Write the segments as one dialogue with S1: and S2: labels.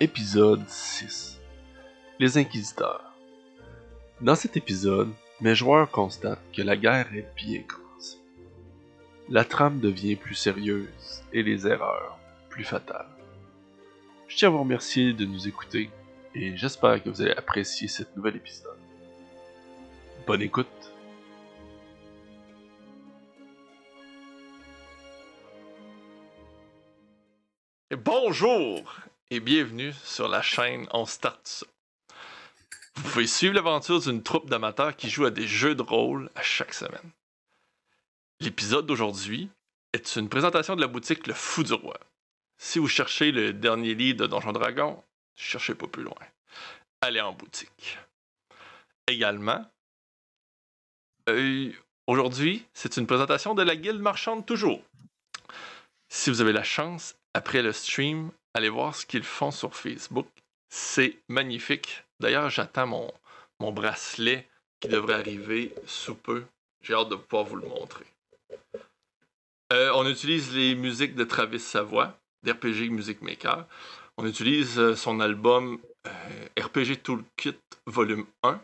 S1: Épisode 6 Les Inquisiteurs Dans cet épisode, mes joueurs constatent que la guerre est bien commencée. La trame devient plus sérieuse et les erreurs plus fatales. Je tiens à vous remercier de nous écouter et j'espère que vous allez apprécier cette nouvel épisode. Bonne écoute!
S2: Et Bonjour et bienvenue sur la chaîne On Start ça. Vous pouvez suivre l'aventure d'une troupe d'amateurs qui joue à des jeux de rôle à chaque semaine. L'épisode d'aujourd'hui est une présentation de la boutique Le Fou du Roi. Si vous cherchez le dernier livre de Donjon Dragon, cherchez pas plus loin. Allez en boutique. Également, euh, aujourd'hui, c'est une présentation de la Guilde Marchande toujours. Si vous avez la chance, après le stream, allez voir ce qu'ils font sur Facebook. C'est magnifique. D'ailleurs, j'attends mon, mon bracelet qui devrait arriver sous peu. J'ai hâte de pouvoir vous le montrer. Euh, on utilise les musiques de Travis Savoie, d'RPG Music Maker. On utilise euh, son album euh, RPG Toolkit Volume 1.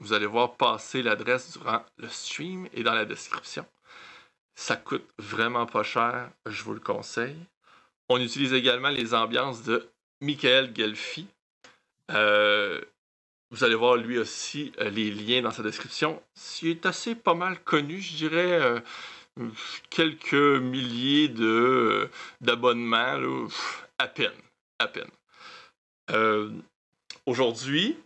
S2: Vous allez voir passer l'adresse durant le stream et dans la description. Ça coûte vraiment pas cher, je vous le conseille. On utilise également les ambiances de Michael Gelfi. Euh, vous allez voir lui aussi euh, les liens dans sa description. Il est assez pas mal connu, je dirais. euh, quelques milliers de, euh, d'abonnements, là, pff, à peine. À peine. Euh, Aujourd'hui,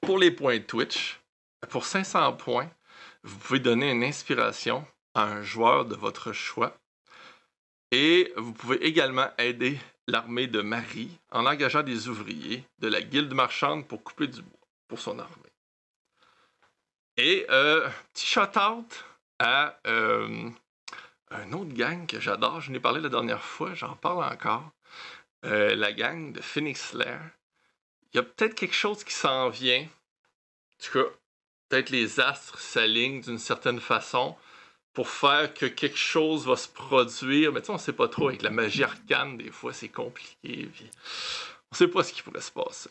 S2: pour les points Twitch, pour 500 points, vous pouvez donner une inspiration à un joueur de votre choix. Et vous pouvez également aider l'armée de Marie en engageant des ouvriers de la guilde marchande pour couper du bois pour son armée. Et euh, petit shout-out à euh, un autre gang que j'adore. Je n'ai parlé la dernière fois, j'en parle encore. Euh, la gang de Phoenix Lair. Il y a peut-être quelque chose qui s'en vient. En tout cas, peut-être les astres s'alignent d'une certaine façon pour faire que quelque chose va se produire. Mais tu sais, on sait pas trop. Avec la magie arcane, des fois, c'est compliqué. Puis on sait pas ce qui pourrait se passer.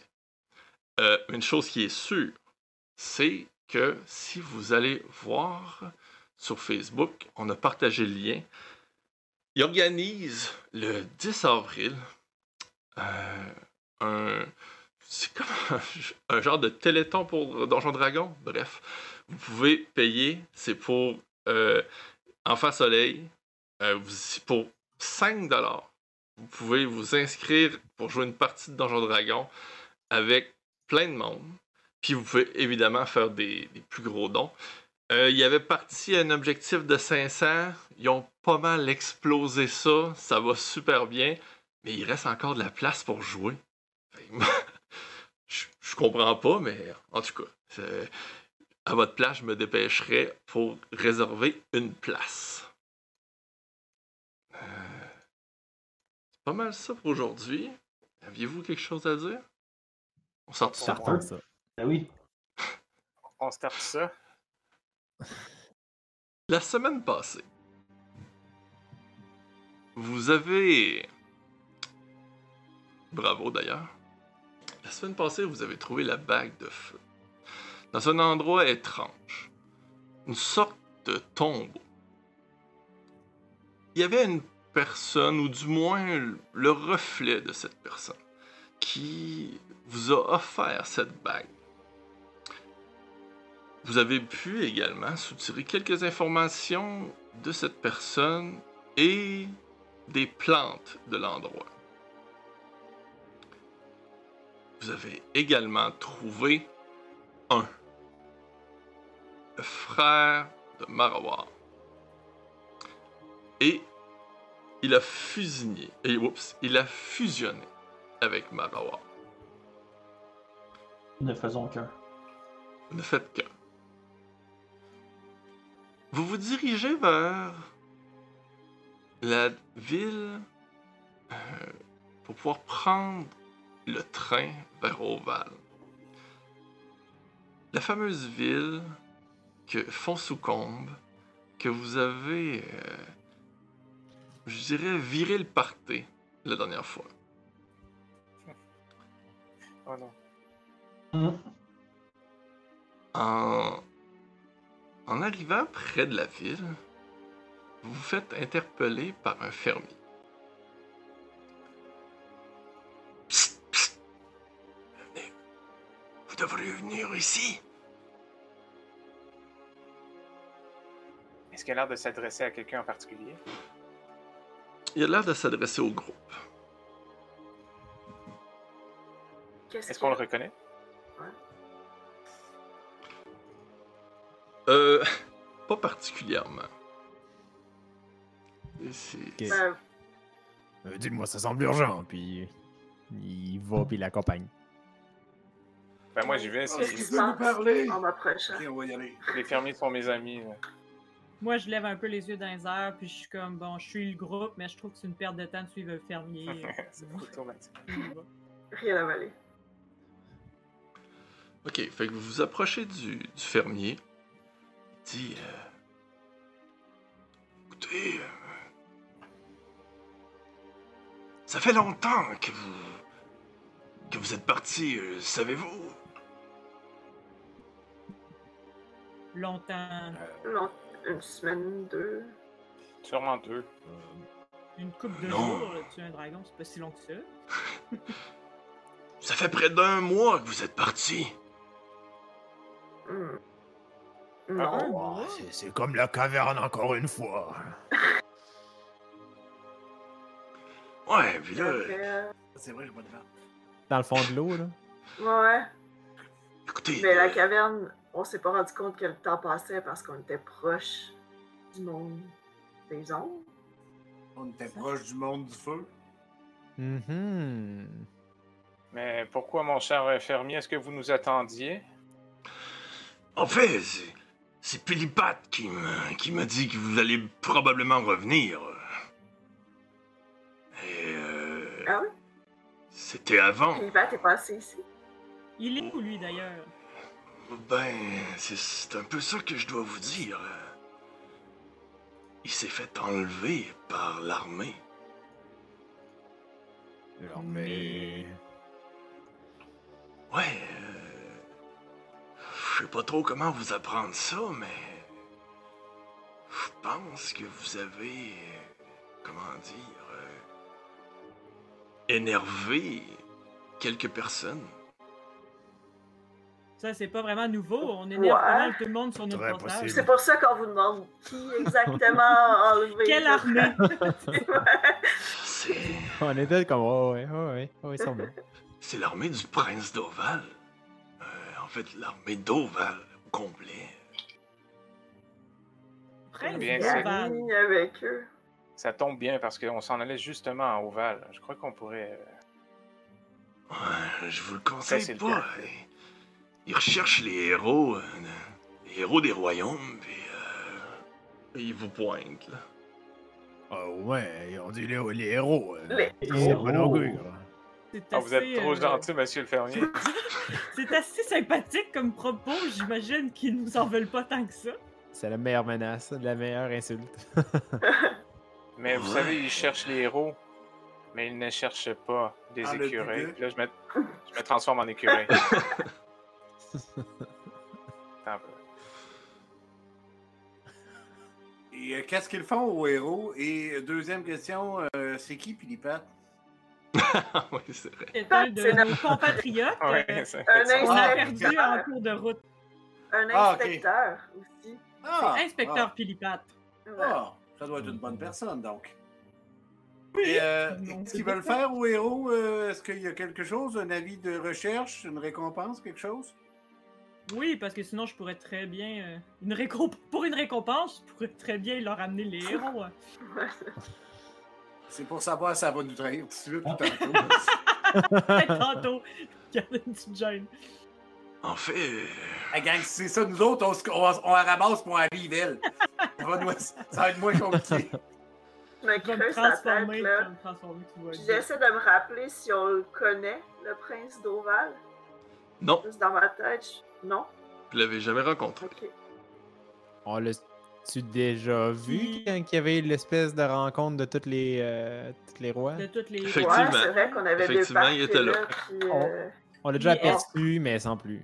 S2: Euh, une chose qui est sûre, c'est que si vous allez voir sur Facebook, on a partagé le lien. Ils organisent le 10 avril euh, un. C'est comme un, un genre de téléthon pour Donjon Dragon. Bref, vous pouvez payer. C'est pour euh, Enfant Soleil, euh, vous- pour 5 vous pouvez vous inscrire pour jouer une partie de Donjon Dragon avec plein de monde. Puis vous pouvez évidemment faire des, des plus gros dons. Euh, Il y avait parti à un objectif de 500. Ils ont pas mal explosé ça. Ça va super bien. Mais il reste encore de la place pour jouer. Fait que moi, Je, je comprends pas, mais en tout cas, c'est- à votre place, je me dépêcherai pour réserver une place. Euh, C'est pas mal ça pour aujourd'hui. Aviez-vous quelque chose à dire? On sort ça.
S3: Certain, ça.
S4: Ben oui.
S5: On starte ça.
S2: La semaine passée, vous avez. Bravo d'ailleurs. La semaine passée, vous avez trouvé la bague de feu. Dans un endroit étrange. Une sorte de tombeau. Il y avait une personne, ou du moins le reflet de cette personne, qui vous a offert cette bague. Vous avez pu également soutirer quelques informations de cette personne et des plantes de l'endroit. Vous avez également trouvé un le frère de Marawar. Et il a fusionné, et oups, il a fusionné avec Marawar.
S4: Ne faisons qu'un.
S2: Ne faites qu'un. Vous vous dirigez vers la ville euh, pour pouvoir prendre le train vers Oval. La fameuse ville que font Soucombe, que vous avez, euh, je dirais, viré le parté la dernière fois.
S5: Oh non.
S6: En... en arrivant près de la ville, vous vous faites interpeller par un fermier. Psst, psst. Venez. Vous devriez venir ici.
S5: Est-ce qu'il a l'air de s'adresser à quelqu'un en particulier?
S6: Il a l'air de s'adresser au groupe.
S5: Est-ce qu'on le reconnaît?
S6: Euh, pas particulièrement. Et c'est-
S3: Ben,
S7: Euh, Dis-moi, ça semble urgent. Puis il va, puis il l'accompagne.
S5: Ben moi j'y vais,
S3: Oh,
S5: si
S3: excuse-
S8: Tu veux nous parler?
S3: on m'approche.
S8: Ok, on va y aller.
S5: les fermiers sont mes amis. euh, là.
S9: Moi, je lève un peu les yeux dans les airs, puis je suis comme, bon, je suis le groupe, mais je trouve que c'est une perte de temps de suivre un fermier.
S5: C'est automatique.
S3: Rien à valer.
S6: Ok, fait que vous vous approchez du, du fermier. Il dit euh, Écoutez, euh, ça fait longtemps que vous que vous êtes parti, euh, savez-vous
S9: Longtemps,
S5: Ah.
S7: Euh,
S3: Non, une semaine, deux.
S5: Sûrement deux.
S9: une coupe de
S6: Non.
S9: jours, là, tuer un dragon, c'est pas si long que ça.
S6: Ça fait près d'un mois que vous êtes parti.
S3: Hmm.
S5: Ah,
S3: Non.
S5: ouais.
S7: Oh, c'est- c'est comme la caverne encore une fois.
S6: Ouais, puis là, euh,
S3: Après, euh,
S8: C'est vrai, je vois devant.
S7: Dans le fond de l'eau, là.
S3: Ouais,
S6: écoutez,
S3: mais la
S6: euh,
S3: caverne, on s'est pas rendu compte que le temps passait parce qu'on était proche du monde des ombres.
S8: On était proche du monde du feu.
S7: Mhm.
S5: Mais pourquoi, mon cher euh, fermier, est-ce que vous nous attendiez?
S6: en fait, c'est- c'est Pilipat qui me- qui m'a dit que vous allez probablement revenir. Et euh,
S3: Ah oui?
S6: c'était avant.
S3: Puis Bat est passé ici.
S9: Il est où, lui, d'ailleurs?
S6: Ben, c'est- c'est un peu ça que je dois vous dire. Il s'est fait enlever par l'armée.
S7: Alors, mais.
S6: Ouais. euh, je sais pas trop comment vous apprendre ça, mais. Je pense que vous avez. euh, Comment dire. euh, énervé quelques personnes.
S9: Ça, c'est pas vraiment nouveau. On énerve pas
S3: Ouais.
S9: mal tout le monde sur notre
S7: Très
S9: passage.
S7: possible.
S3: C'est pour ça qu'on vous demande qui exactement a enlevé.
S9: Quelle
S3: votre-
S9: armée!
S6: C'est.
S7: On était comme. Oh, ouais, oh, ouais, oh, ils sont bons.
S6: C'est l'armée du prince d'Oval. Euh, en fait, l'armée d'Oval au complet.
S9: Prince
S5: Bien
S3: Il est
S5: sûr.
S9: d'Orval.
S3: ami avec eux.
S5: Ça tombe bien parce qu'on s'en allait justement à Oval. Je crois qu'on pourrait. euh,
S6: Ouais, Euh, je vous le
S5: Ça, c'est
S6: conseille
S5: le
S6: pas.
S5: cas.
S6: Ils recherchent les héros, euh, les héros des royaumes, puis euh, ils vous pointent. Là.
S7: Ah ouais, on dit les, les héros. euh,
S3: Les-
S7: C'est bon augure.
S9: C'est
S5: Ah, vous êtes
S9: assez,
S5: trop
S9: euh,
S5: gentil, monsieur le fermier.
S9: C'est assez sympathique comme propos. J'imagine qu'ils nous en veulent pas tant que ça.
S7: C'est la meilleure menace, la meilleure insulte.
S5: Mais vous
S6: Ouais.
S5: savez, ils cherchent les héros, mais ils ne cherchent pas des
S8: Ah, le
S5: écureuils.
S8: bidet.
S5: Là, je me, je me transforme en écureuil. Attends un peu.
S8: Et euh, qu'est-ce qu'ils font aux héros? Et euh, deuxième question, euh, c'est qui Pilipat?
S6: Ah oui, c'est vrai.
S9: C'est un de
S3: C'est
S9: nos compatriotes. euh,
S5: Ouais, ça
S3: Un
S5: fait du
S9: On
S5: sens.
S9: a
S3: insecte.
S9: perdu en cours de route.
S3: Un
S8: Ah, ok.
S3: inspecteur aussi.
S8: Ah!
S9: Inspecteur Pilipat.
S3: Ouais.
S8: Ah, ah, ça doit être une bonne personne, donc. Et, euh, et
S9: Non,
S8: qu'est-ce
S9: c'est
S8: qu'ils
S9: pas
S8: veulent
S9: ça.
S8: faire aux héros? euh, Est-ce qu'il y a quelque chose? Un avis de recherche? Une récompense? Quelque chose?
S9: Oui, parce que sinon, je pourrais très bien. euh, une récomp- Pour une récompense, je pourrais très bien leur amener les héros. hein.
S8: C'est pour savoir si ça va nous trahir tout de suite ou tantôt.
S9: Peut-être tantôt. Garder une petite gêne.
S6: En fait, euh,
S8: La gang, si c'est ça, nous autres, on, se- on, on la ramasse pour un livre, Ça va, nous- ça va être moins compliqué.
S3: Je me
S9: Je vais me
S3: creuse la tête,
S9: transformer. Je
S3: là.
S9: vais me transformer, tu vois.
S3: Puis j'essaie de me rappeler si on le connaît, le prince d'Oval.
S6: non,
S3: Juste dans ma tête, je- non.
S6: vous l'avez jamais rencontré.
S3: Ok.
S7: On l'a tu déjà vu
S9: Qui-
S7: quand il y avait l'espèce de rencontre de tous les, euh, tous les rois?
S9: De toutes les.
S6: Effectivement.
S3: Ouais, c'est vrai qu'on avait
S6: Effectivement, il était
S3: débarqué
S6: là.
S3: Puis, euh,
S4: On l'a déjà
S9: Mais est-ce-
S4: aperçu, mais sans plus.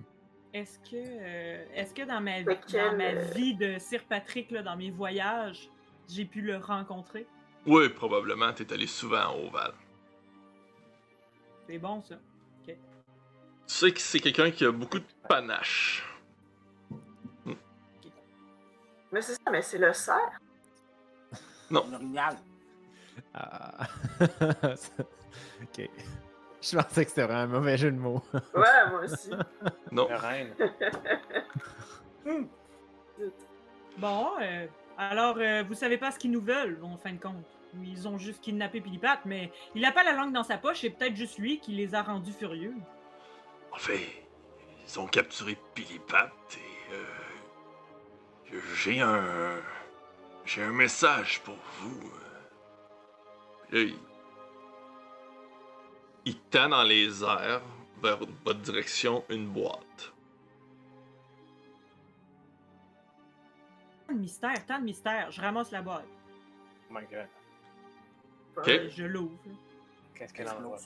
S9: Est-ce que, euh, est-ce que dans ma,
S3: Fait
S9: dans
S3: qu'elle,
S9: ma
S3: euh,
S9: vie de Sir Patrick, là, dans mes voyages, j'ai pu le rencontrer?
S2: Oui, probablement, t'es allé souvent au Val.
S9: C'est bon, ça.
S2: Tu sais que c'est quelqu'un qui a beaucoup de panache.
S3: Mais c'est ça, mais c'est le cerf.
S8: On orignal.
S4: Ah. ok. Je pensais que c'était vraiment un mauvais jeu de mots.
S3: Ouais, moi aussi.
S2: Non.
S5: Le reine.
S9: Bon, euh, alors, euh, vous savez pas ce qu'ils nous veulent, en fin de compte. Ils ont juste kidnappé Pilipat, mais il a pas la langue dans sa poche, c'est peut-être juste lui qui les a rendus furieux.
S2: En fait, ils ont capturé Pilipat et euh, j'ai un j'ai un message pour vous. euh. Là, il, il tend dans les airs vers votre direction une boîte.
S9: Tant de mystère, tant de mystère. Je ramasse la boîte.
S5: Oh my god.
S2: Ok.
S9: Euh, Je l'ouvre. là.
S5: Qu'est-ce qu'elle envoie?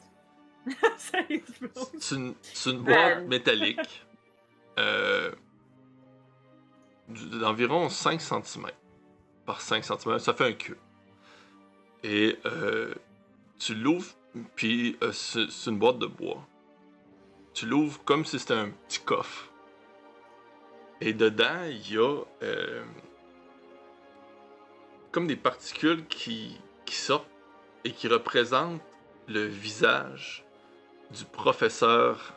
S9: ça explose.
S2: C'est une, c'est une
S3: Ben.
S2: boîte métallique euh, du- d'environ 5 cm par 5 cm. Ça fait un cube. Et euh, tu l'ouvres, puis euh, c'est c'est une boîte de bois. Tu l'ouvres comme si c'était un petit coffre. Et dedans, il y a euh, comme des particules qui, qui sortent et qui représentent le visage du professeur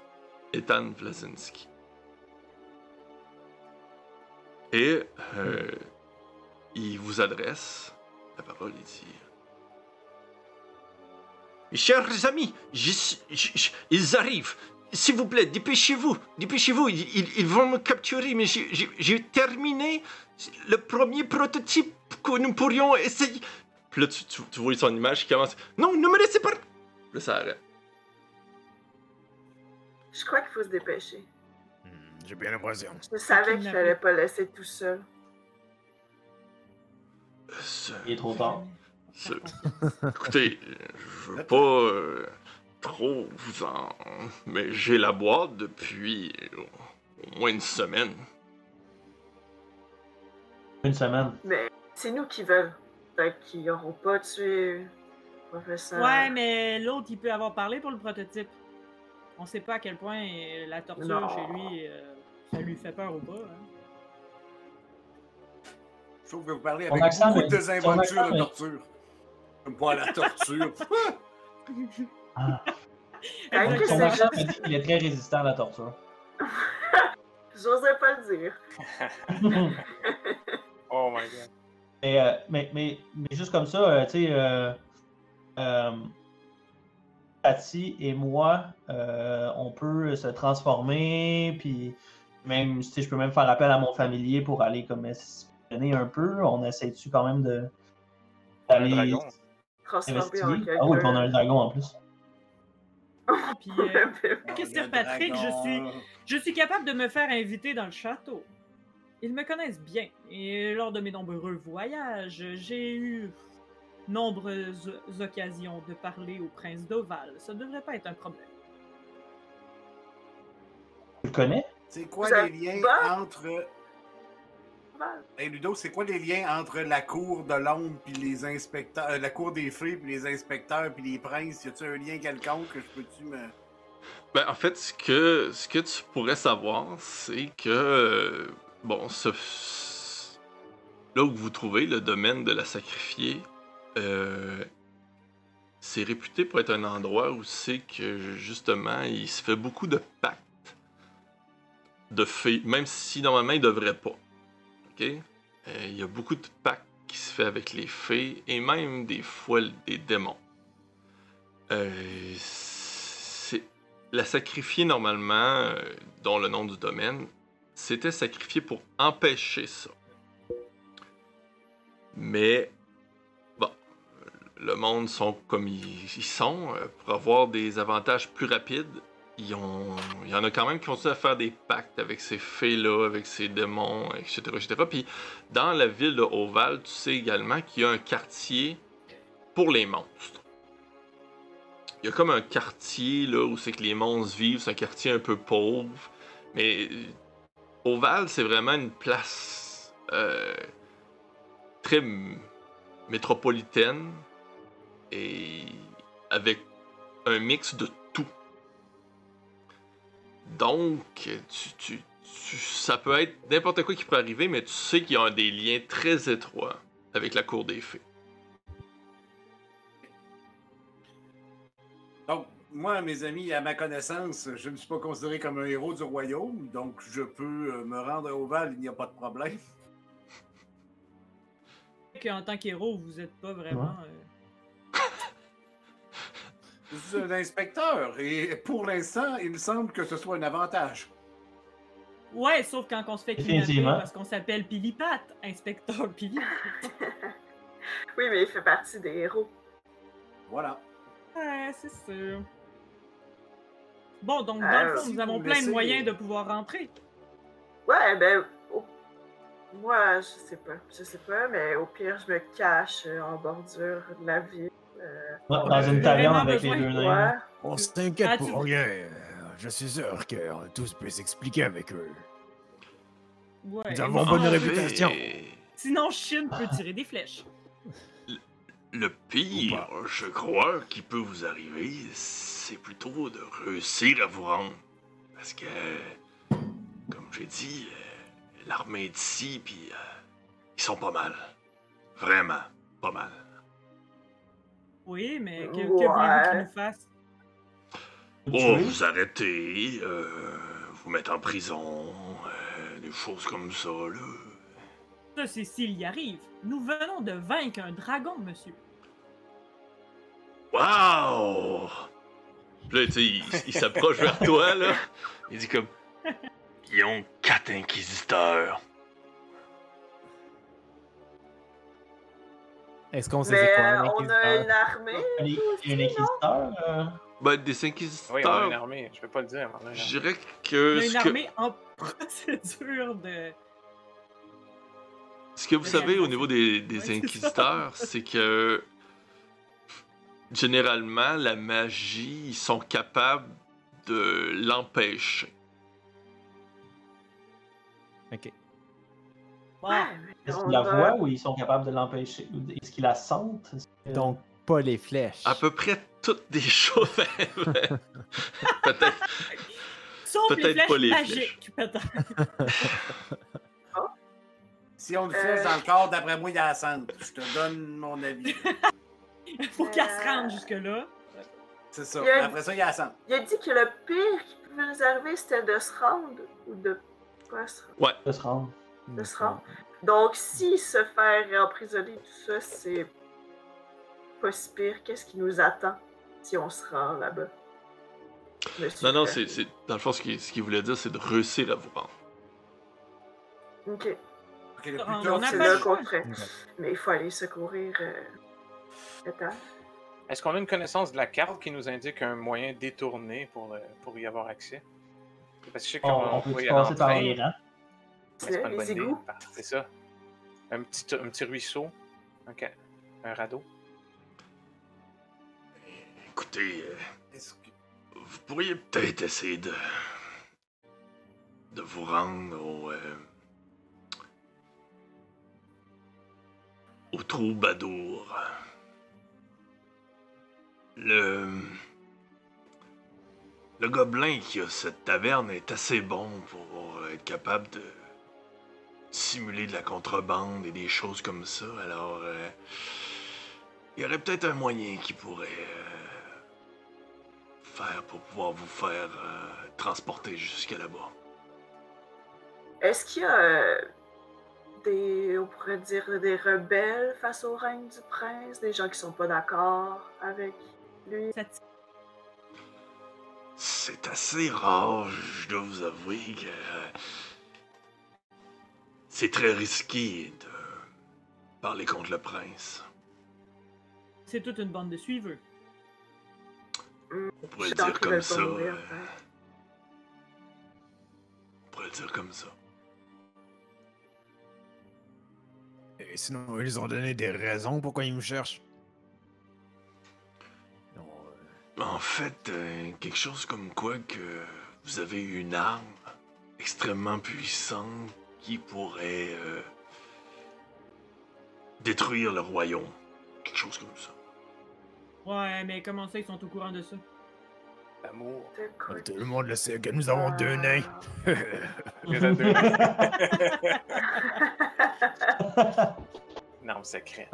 S2: Ethan Vlasinski. Et euh, il vous adresse la parole et dit Mes Chers amis, je suis- je- je- ils arrivent. S'il vous plaît, dépêchez-vous, dépêchez-vous, ils, ils- ils vont me capturer, mais j'ai- j'ai j'ai terminé le premier prototype que nous pourrions essayer. Puis là, tu, tu- tu vois son image qui commence. Non, ne me laissez pas! Là, ça arrête.
S3: Je crois qu'il faut se dépêcher.
S7: Hmm,
S4: J'ai bien l'impression.
S3: Je savais qu'il fallait pas le laisser tout seul.
S2: Euh, Ce-
S10: Il est trop tard.
S2: ce- Écoutez, je veux pas euh, trop vous en. Mais j'ai la boîte depuis au- au moins une semaine.
S10: Une semaine.
S3: Mais c'est nous qui veulent. Fait qu'ils auront pas tué le professeur.
S9: Ouais, mais l'autre, il peut avoir parlé pour le prototype. On sait pas à quel point euh, la torture
S3: Non.
S9: chez lui, euh, ça lui fait peur ou pas. hein.
S8: Je trouve que vous parlez
S10: Ton
S8: avec
S10: accent,
S8: beaucoup de
S10: mais- ton
S8: désinvolture
S10: accent,
S8: de
S10: mais-
S8: torture. Comme moi, la torture.
S9: Ah,
S3: Fait
S9: Est-ce
S3: que
S9: que
S10: Son
S3: Ah. c'est
S10: marchand m'a dit qu'il est très résistant à la torture.
S3: J'osais pas le dire.
S5: Oh my god.
S10: mais, euh, mais, mais, mais juste comme ça, euh, tu sais, euh, euh, Patty et moi, euh, on peut se transformer, puis même, tu sais, je peux même faire appel à mon familier pour aller comme espionner un peu. On essaie-tu quand même de d'aller
S5: dragon.
S3: Transformé en
S10: investiguer?
S3: quelqu'un.
S10: Ah oui, puis on a un dragon en plus.
S9: Puis, euh,
S8: Qu'est-ce
S9: Sir Patrick, je suis- je suis capable de me faire inviter dans le château. Ils me connaissent bien. Et lors de mes nombreux voyages, j'ai eu nombreuses occasions de parler au prince d'Oval. Ça devrait pas être un problème.
S10: Tu le connais?
S8: C'est quoi
S3: Vous
S8: les
S3: avez-
S8: liens
S3: Bah.
S8: entre.
S3: Bah.
S8: Hey, Ludo, c'est quoi les liens entre la cour de l'ombre puis les inspecteurs. euh, la cour des fées puis les inspecteurs puis les princes? Y a-tu un lien quelconque que je peux-tu me.
S2: Ben, en fait, ce que, ce que tu pourrais savoir, c'est que. euh, Bon, ce- là où vous trouvez le domaine de la sacrifiée, euh, c'est réputé pour être un endroit où c'est que justement il se fait beaucoup de pactes de fées, même si normalement il devrait pas. Ok? Euh, il y a beaucoup de pactes qui se fait avec les fées et même des fois des démons. Euh, c'est la sacrifier normalement, euh, dont le nom du domaine, c'était sacrifié pour empêcher ça. Mais, bon, le monde sont comme ils, ils sont. euh, Pour avoir des avantages plus rapides, ils ont- il y en a quand même qui continuent à faire des pactes avec ces fées-là, avec ces démons, etc., etc. Puis, dans la ville de Oval, tu sais également qu'il y a un quartier pour les monstres. il y a comme un quartier là où c'est que les monstres vivent, c'est un quartier un peu pauvre. Mais euh, Oval, c'est vraiment une place euh, très m- métropolitaine et avec un mix de tout. Donc, tu- tu- tu- ça peut être n'importe quoi qui peut arriver, mais tu sais qu'il y a des liens très étroits avec la cour des fées.
S8: Donc, moi, mes amis, à ma connaissance, je ne suis pas considéré comme un héros du royaume, donc je peux euh, me rendre à Oval, il n'y a pas de problème.
S9: En tant qu'héros, vous n'êtes pas vraiment. euh,
S8: Je suis un inspecteur, et pour l'instant, il me semble que ce soit un avantage.
S9: Ouais, sauf quand on se fait kidnapper
S10: Définitivement.
S9: parce qu'on s'appelle Pilipat, inspecteur Pilipat.
S3: Oui, mais il fait partie des héros.
S8: Voilà.
S9: Ouais, c'est sûr. Bon, donc dans
S3: Ah,
S9: le fond,
S8: si
S9: nous avons
S8: vous
S9: plein de
S8: laissez-
S9: moyens de pouvoir rentrer.
S3: Ouais, ben. au- Moi, je sais pas. Je sais pas, mais au pire, je me cache euh, en bordure de la ville. euh,
S10: Ouais,
S9: on
S10: dans
S9: a
S10: une
S9: vraiment
S10: taverne avec les
S9: besoin
S10: deux
S9: de
S10: nains.
S3: ouais.
S4: On s'inquiète
S9: Ah, tu-
S4: pour rien. Je suis sûr que euh, tout peut s'expliquer avec eux.
S9: Ouais.
S4: Nous avons
S9: Sinon,
S4: bonne
S8: Ah,
S9: euh,
S4: réputation.
S9: Sinon, Chine peut tirer des flèches.
S2: Le
S4: Ou
S2: pire,
S4: pas.
S2: je crois, qui peut vous arriver, c'est plutôt de réussir à vous rendre. Parce que, comme j'ai dit, euh, l'armée est d'ici, puis euh, ils sont pas mal. Vraiment, pas mal.
S9: Oui, mais que, que
S3: Ouais.
S9: voulez-vous qu'ils nous fassent?
S2: Bon, Oh, vous arrêter, euh, vous mettre en prison, euh, des choses comme ça, là.
S9: Ça, c'est s'il y arrive. Nous venons de vaincre un dragon, monsieur.
S2: Wow! Puis là, tu sais, il, il s'approche vers toi, là. Il dit comme. Ils ont quatre inquisiteurs.
S4: Est-ce qu'on sait
S3: Mais
S4: c'est quoi
S3: euh,
S10: hein,
S4: un
S3: on a une
S4: inquisiteur?
S3: armée.
S10: Il y a un inquisiteur. euh,
S2: Ben, des
S5: Oui, on a une
S2: inquisiteurs,
S5: armée. Je peux pas le dire. mais on a une
S2: je
S5: armée.
S2: dirais que
S9: On a
S2: ce,
S9: une
S2: que
S9: armée en procédure de.
S2: ce que vous
S9: Oui,
S2: savez au
S9: armée.
S2: niveau des, des
S9: Ouais, c'est ça.
S2: inquisiteurs, c'est que. Généralement, la magie, ils sont capables de l'empêcher.
S4: Ok.
S9: Ah,
S10: Est-ce
S3: On
S10: qu'ils la
S3: va-
S10: voient ou ils sont capables de l'empêcher Ou Est-ce qu'ils la sentent Est-ce que-
S4: Donc, pas les flèches.
S2: À peu près toutes des choses. Peut-être.
S9: Sauf les
S2: Peut-être
S9: flèches
S2: pas les
S9: magiques, peut-être.
S8: Si on le fait
S3: Euh.
S8: dans le corps, d'après moi, il y a la cendre. Je te donne mon avis.
S9: Faut qu'elle se rende jusque-là.
S8: C'est ça.
S3: Il y a-
S8: Après ça, il y a la cendre.
S3: Il a dit que le pire qui pouvait nous arriver, c'était de se rendre ou de pas se rendre.
S10: de se rendre.
S4: Hmm.
S3: de se rendre. Donc, si se faire emprisonner, tout ça, c'est pas si pire. Qu'est-ce qui nous attend si on se rend là-bas? Monsieur
S2: Non, non,
S3: Ferry.
S2: c'est, c'est- dans le fond, ce qu'il ce qu'il voulait dire, c'est de réussir à vous rendre.
S3: Ok,
S8: Ok, le plus
S9: On-
S8: tôt,
S9: on a
S8: c'est
S3: c'est
S9: pas
S3: là
S9: le
S8: le-
S9: choix.
S3: qu'on ferait.
S4: Ouais.
S3: Mais il faut aller secourir. euh, Attends.
S5: Est-ce qu'on a une connaissance de la carte qui nous indique un moyen détourné pour, euh, pour y avoir accès? Parce que je sais
S10: On,
S5: qu'on
S10: on peut
S5: peut y
S10: passer par
S5: aller
S10: les
S5: en train,
S10: rangs.
S5: mais c'est
S3: C'est
S5: pas une
S3: les
S5: bonne idée.
S3: égouts.
S5: Bah, C'est ça. Un petit, un petit ruisseau. Un, ca- un radeau.
S2: Écoutez, euh,
S8: Est-ce que-
S2: vous pourriez peut-être essayer de. de vous rendre au. euh, au troubadour. Le. Le gobelin qui a cette taverne est assez bon pour euh, être capable de simuler de la contrebande et des choses comme ça. Alors, euh, il y aurait peut-être un moyen qui pourrait euh, faire pour pouvoir vous faire euh, transporter jusqu'à là-bas.
S3: Est-ce qu'il y a euh, des, on pourrait dire, des rebelles face au règne du prince, des gens qui sont pas d'accord avec lui?
S9: Ça tire.
S2: C'est assez rare, je dois vous avouer que euh, c'est très risqué de parler contre le prince.
S9: C'est toute une bande de suiveurs.
S2: On pourrait le
S3: Je sens
S2: dire
S3: qu'ils
S2: comme
S3: veulent pas
S2: ça.
S3: mourir,
S2: euh,
S3: hein.
S2: on pourrait le dire comme ça.
S4: Et sinon, ils ont donné des raisons pourquoi ils me cherchent. Ils ont, euh,
S2: En fait, euh, quelque chose comme quoi que vous avez une arme extrêmement puissante qui pourrait euh, détruire le royaume. Quelque chose comme ça.
S9: Ouais, mais comment ça, ils sont au courant de ça?
S5: L'amour.
S3: De quoi?
S4: Tout le monde le sait que nous avons deux nains.
S5: Les deux.
S10: ah.
S5: Une arme secrète.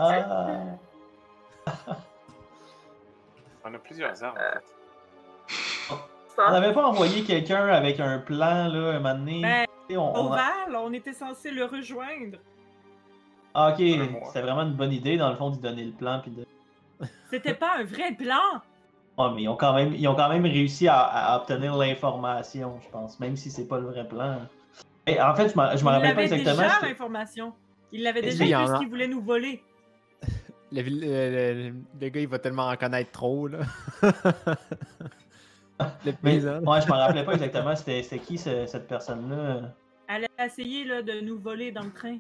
S5: On a plusieurs armes. en fait.
S10: On
S3: Ça,
S10: n'avait pas envoyé quelqu'un avec un plan, là, un moment donné.
S9: Ben,
S10: Tu sais, on- on a-
S9: Oval, on était censé le rejoindre.
S10: Ah, ok,
S5: Ouais.
S10: c'était vraiment une bonne idée, dans le fond, d'y donner le plan. Puis de...
S9: C'était pas un vrai plan.
S10: Ouais, mais ils ont quand même, ils ont quand même réussi à, à obtenir l'information, je pense, même si c'est pas le vrai plan. Et en fait, je m'en je
S9: Il
S10: m'en rappelle
S9: avait
S10: pas exactement.
S9: déjà
S10: c'était-
S9: l'information. Il l'avait
S4: Est-ce
S9: déjà
S4: qu'il y en
S9: vu
S4: a-
S9: ce qu'il voulait nous voler.
S4: Le, vil- le- le- le gars, il va tellement en connaître trop, là. le
S10: Mais,
S4: paysan.
S10: ouais, je m'en rappelais pas exactement. C'était c'était qui ce- cette personne-là
S9: Elle a essayé là, de nous voler dans le train.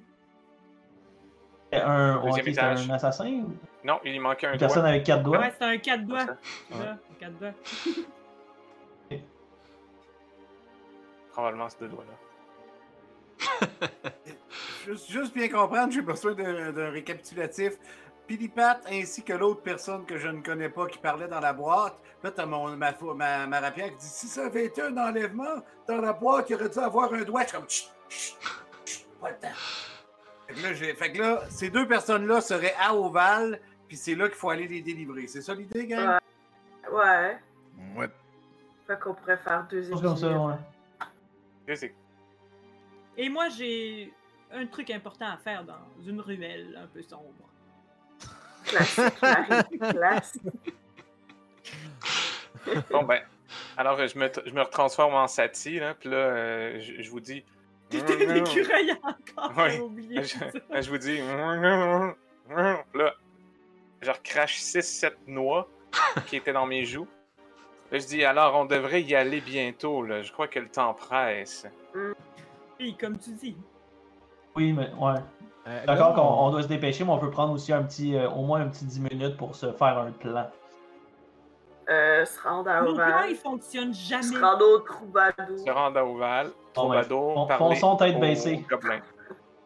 S10: C'était un,
S5: Deuxième
S10: ouais, ok, c'était
S5: étage.
S10: un assassin ou
S5: Non, il lui manquait un
S10: Une
S5: doigt.
S10: personne avec quatre doigts
S9: Ouais, c'était un quatre doigts.
S5: ça.
S9: là, quatre doigts.
S5: Probablement ce deux doigts-là.
S8: Juste, juste bien comprendre, j'ai besoin d'un d'un récapitulatif. Pilipat ainsi que l'autre personne que je ne connais pas qui parlait dans la boîte. Là, t'as mon, ma, fo- ma, ma rapière qui dit Si ça avait été un enlèvement dans la boîte, il aurait dû avoir un doigt. Je suis comme Chut, chut, chut, pas le temps. Fait que là, j'ai- fait que là, ces deux personnes-là seraient à Oval, puis c'est là qu'il faut aller les délivrer. C'est ça l'idée, gang?
S3: Ouais. Ouais.
S4: Ouais.
S3: Fait qu'on pourrait faire deux
S10: Quelque chose comme ça,
S3: équilibres.
S10: ouais.
S5: Là, c'est-
S9: Et moi, j'ai un truc important à faire dans une ruelle un peu sombre.
S3: Classique, Marie, classique.
S5: Bon, ben. Alors, euh, je me, tr- je me retransforme en Sati, là, puis là, euh, je, je vous dis.
S9: T'étais un écureuil encore,
S5: Ouais.
S9: j'avais oublié.
S5: je,
S9: ça.
S5: Ben, je vous dis. Puis Là, je recrache 6-7 noix qui étaient dans mes joues. Là, je dis, alors, on devrait y aller bientôt, là. Je crois que le temps presse.
S9: Oui, comme tu dis.
S10: Oui, mais ouais.
S4: Euh,
S10: D'accord
S4: là,
S10: qu'on on doit se dépêcher, mais on peut prendre aussi un petit, euh, au moins un petit 10 minutes pour se faire un plan.
S3: Euh, se rendre à
S9: Nos plans, ils
S3: Oval.
S9: fonctionnent
S3: Se
S9: jamais.
S3: rendre au
S5: Se
S3: troubadour.
S5: rendre à Oval,
S10: Bon, ben,
S5: Troubadour,
S10: fon-
S5: parler
S10: fonçons tête
S5: aux
S10: baissée.
S5: gobelins.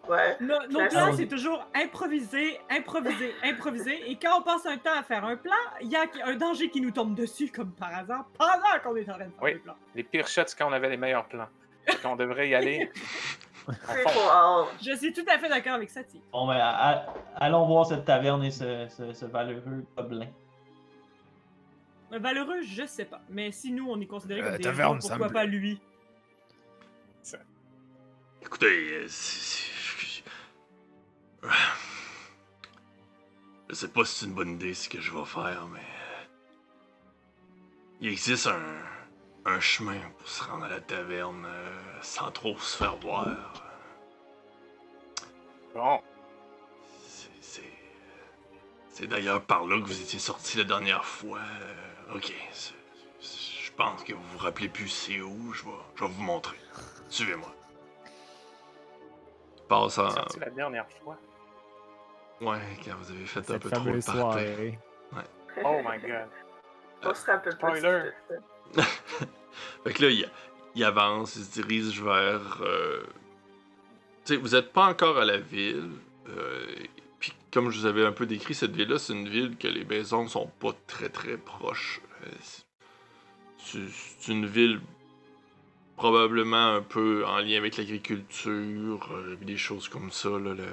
S3: Ouais.
S9: Nos, nos
S3: Classique.
S10: Ah
S9: plans,
S10: oui.
S9: c'est toujours improviser, improviser, improviser. Et quand on passe un temps à faire un plan, il y a qui- un danger qui nous tombe dessus, comme par hasard, pendant qu'on est en train de faire
S5: Oui.
S9: le plan.
S5: Les pires shots, c'est quand on avait les meilleurs plans. on devrait y aller. On fonce.
S3: Triple out.
S9: Je suis tout à fait d'accord avec Satie.
S10: Bon, ben, à- à- allons voir cette taverne et ce, ce- ce valeureux gobelin.
S9: Un valeureux, je sais pas. Mais si nous, on est considéré comme
S4: Euh,
S9: des
S4: taverne,
S9: héros,
S4: ça me
S9: pourquoi pas lui?
S2: Écoutez, euh, c'est- c'est- je- je sais pas si c'est une bonne idée ce que je vais faire, mais euh, il existe un, un chemin pour se rendre à la taverne euh, sans trop se faire voir.
S5: Bon,
S2: C'est- C'est c'est d'ailleurs par là que vous étiez sorti la dernière fois. Euh, ok, c'est- c'est- je pense que vous vous rappelez plus c'est où. Je vais, je vais vous montrer. Suivez-moi. Passe
S5: c'est
S2: en,
S5: sorti la dernière fois.
S2: Ouais, quand vous avez fait un
S4: Cette
S2: peu trop de
S4: fameuse
S2: party.
S4: soirée.
S5: Oh my god.
S3: On se rappelle pas.
S5: Spoiler.
S3: de ça.
S2: Fait que là, il, il avance, il se dirige vers. euh, Tu sais, vous n'êtes pas encore à la ville. euh, Puis, comme je vous avais un peu décrit, cette ville-là, c'est une ville que les maisons sont pas très très proches. Euh, c'est- c'est c'est une ville probablement un peu en lien avec l'agriculture, euh, des choses comme ça, là, le,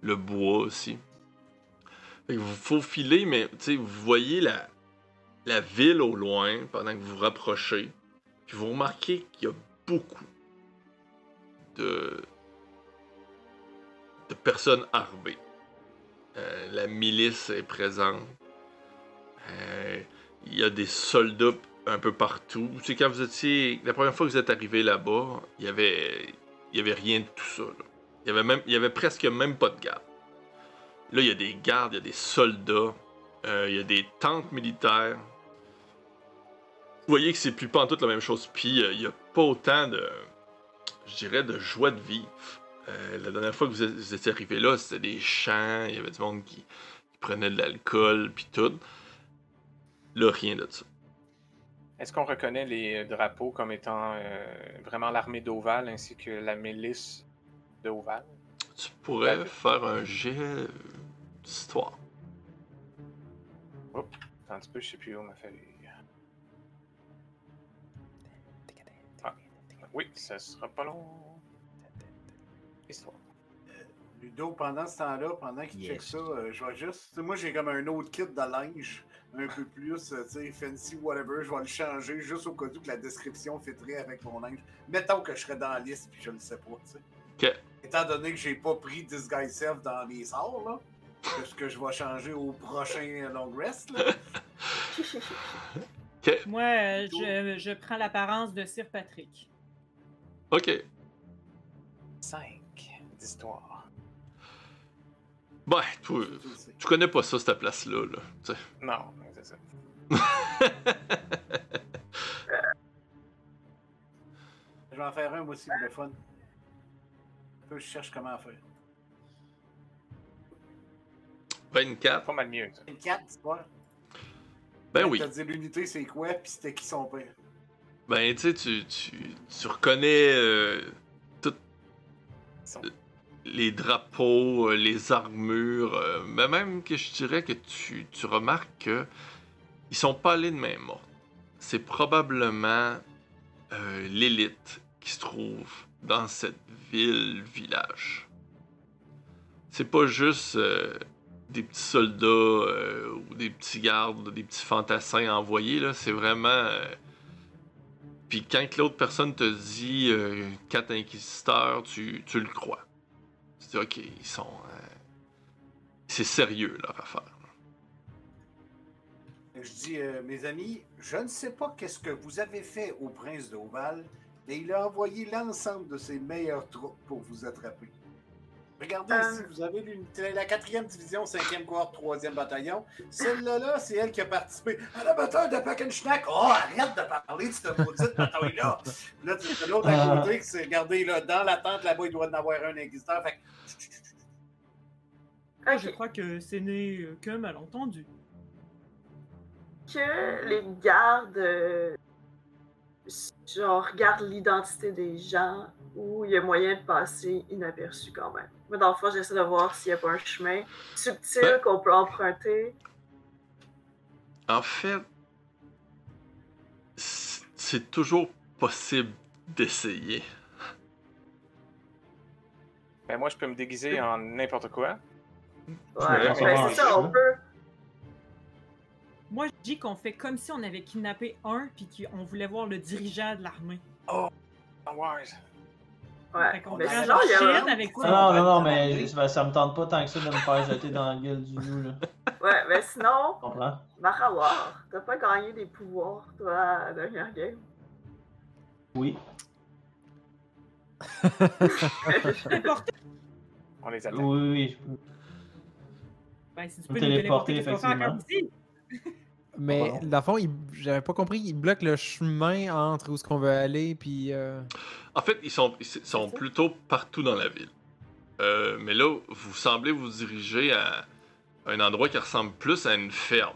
S2: le bois aussi. Fait que vous faufilez, mais tu sais, vous voyez la, la ville au loin pendant que vous vous rapprochez. Puis vous remarquez qu'il y a beaucoup de, de personnes armées. Euh, la milice est présente. Euh, il y a des soldats un peu partout. Tu sais, quand vous étiez. La première fois que vous êtes arrivé là-bas, il y avait. Il y avait rien de tout ça. là. Il y avait même. Il y avait presque même pas de garde. Là, il y a des gardes, il y a des soldats. Euh, Il y a des tentes militaires. Vous voyez que c'est plus pas en tout la même chose. Puis euh, il n'y a pas autant de, je dirais, de joie de vivre. Euh, la dernière fois que vous, êtes- vous étiez arrivé là, c'était des champs, il y avait du monde qui, qui prenait de l'alcool, puis tout. Là, rien de ça.
S5: Est-ce qu'on reconnaît les euh, drapeaux comme étant euh, vraiment l'armée d'Oval ainsi que la milice d'Oval?
S2: Tu pourrais
S5: Parfait.
S2: faire un jet euh, d'histoire.
S5: Attends un petit peu, je sais plus où ma feuille. Ah. Oui, ça sera pas long. Histoire.
S8: Ludo, pendant ce temps-là, pendant qu'il
S4: Yes.
S8: check ça, euh, je vais juste. tu sais, Moi, j'ai comme un autre kit de linge, un peu plus, euh, tu sais, fancy, whatever. Je vais le changer juste au cas où que la description fitterait avec mon linge. Mettons que je serais dans la liste puis je le sais pas, tu sais.
S2: Ok.
S8: Étant donné que j'ai pas pris Disguise Self dans mes sorts, là, que ce que je vais changer au prochain long rest, là.
S9: Moi, euh, je, je prends l'apparence de Sir Patrick.
S2: Ok.
S5: 5 d'histoire.
S2: Ben, toi,
S8: tu le sais.
S2: tu connais pas ça, cette place-là. Là. tu sais.
S5: Non, c'est ça.
S8: Je vais en faire un, moi aussi, pour le fun. Un peu, je cherche comment faire.
S2: 24.
S5: Pas mal mieux, ça.
S8: 4, c'est quoi?
S2: Ben
S8: T'as
S2: oui.
S8: dit l'unité, c'est quoi, puis c'était qui son père.
S2: Ben, tu sais, tu, tu, tu reconnais euh,
S5: Ils sont-
S2: les drapeaux, euh, les armures, euh, mais même que je dirais que tu, tu remarques que ils sont pas allés de main morte. C'est probablement euh, l'élite qui se trouve dans cette ville-village. C'est pas juste euh, des petits soldats euh, ou des petits gardes, des petits fantassins envoyés, là. C'est vraiment. euh, Puis quand que l'autre personne te dit euh, quatre inquisiteurs, tu, tu le crois. Tu dis, ok, ils sont. euh, C'est sérieux leur affaire.
S8: Je dis, euh, mes amis, je ne sais pas qu'est-ce que vous avez fait au prince d'Oval, mais il a envoyé l'ensemble de ses meilleures troupes pour vous attraper. Regardez
S3: Euh.
S8: ici, vous avez l'unité- la 4e division, 5e corps, 3e bataillon. Celle-là, c'est elle qui a participé à la bataille de Packenschnack. Oh, arrête de parler de cette maudite bataille-là. Là, tu as l'autre à côté qui s'est regardé là, dans la tente, là-bas, il doit en avoir un inquisiteur. Fait que,
S9: Je
S3: Ok.
S9: crois que ce n'est euh, qu'un malentendu.
S3: Que les gardes, euh, genre, regardent l'identité des gens ou il y a moyen de passer inaperçu quand même. Moi, dans le fond, j'essaie de voir s'il n'y a pas un chemin subtil
S2: Ben-
S3: qu'on peut emprunter.
S2: En fait, c- c'est toujours possible d'essayer.
S5: Ben moi, je peux me déguiser en n'importe quoi.
S3: Ouais,
S2: Ouais, ça
S3: ben, c'est
S10: marche,
S3: ça, on
S10: hein.
S3: peut.
S9: Moi, je dis qu'on fait comme si on avait kidnappé un puis qu'on voulait voir le dirigeant de l'armée.
S5: Star Wars.
S9: Fait
S3: Ouais.
S9: qu'on
S3: Mais
S9: prend
S3: genre, il y a
S9: la
S3: un-
S9: chine avec
S10: Non,
S9: ça.
S10: non, non, non, mais ça, ça me tente pas tant que ça de me faire jeter dans la gueule du loup, là.
S3: Ouais, mais sinon,
S10: Tu comprends?
S3: Marawar, t'as pas gagné des pouvoirs, toi, à la dernière game.
S10: Oui.
S9: C'est important.
S5: On les
S10: Oui,
S5: attaque.
S10: oui, oui. je peux.
S9: Ben, si tu
S10: Faut
S9: peux nous
S10: téléporter,
S9: téléporter, qu'est-ce qu'on fait encore ici?
S5: Ah,
S7: Mais
S10: Pardon.
S7: dans le fond, il- j'avais pas compris, il bloque le chemin entre où ce qu'on veut aller, puis... euh,
S2: En fait, ils sont, ils sont plutôt partout dans la ville. Euh, mais là, vous semblez vous diriger à un endroit qui ressemble plus à une ferme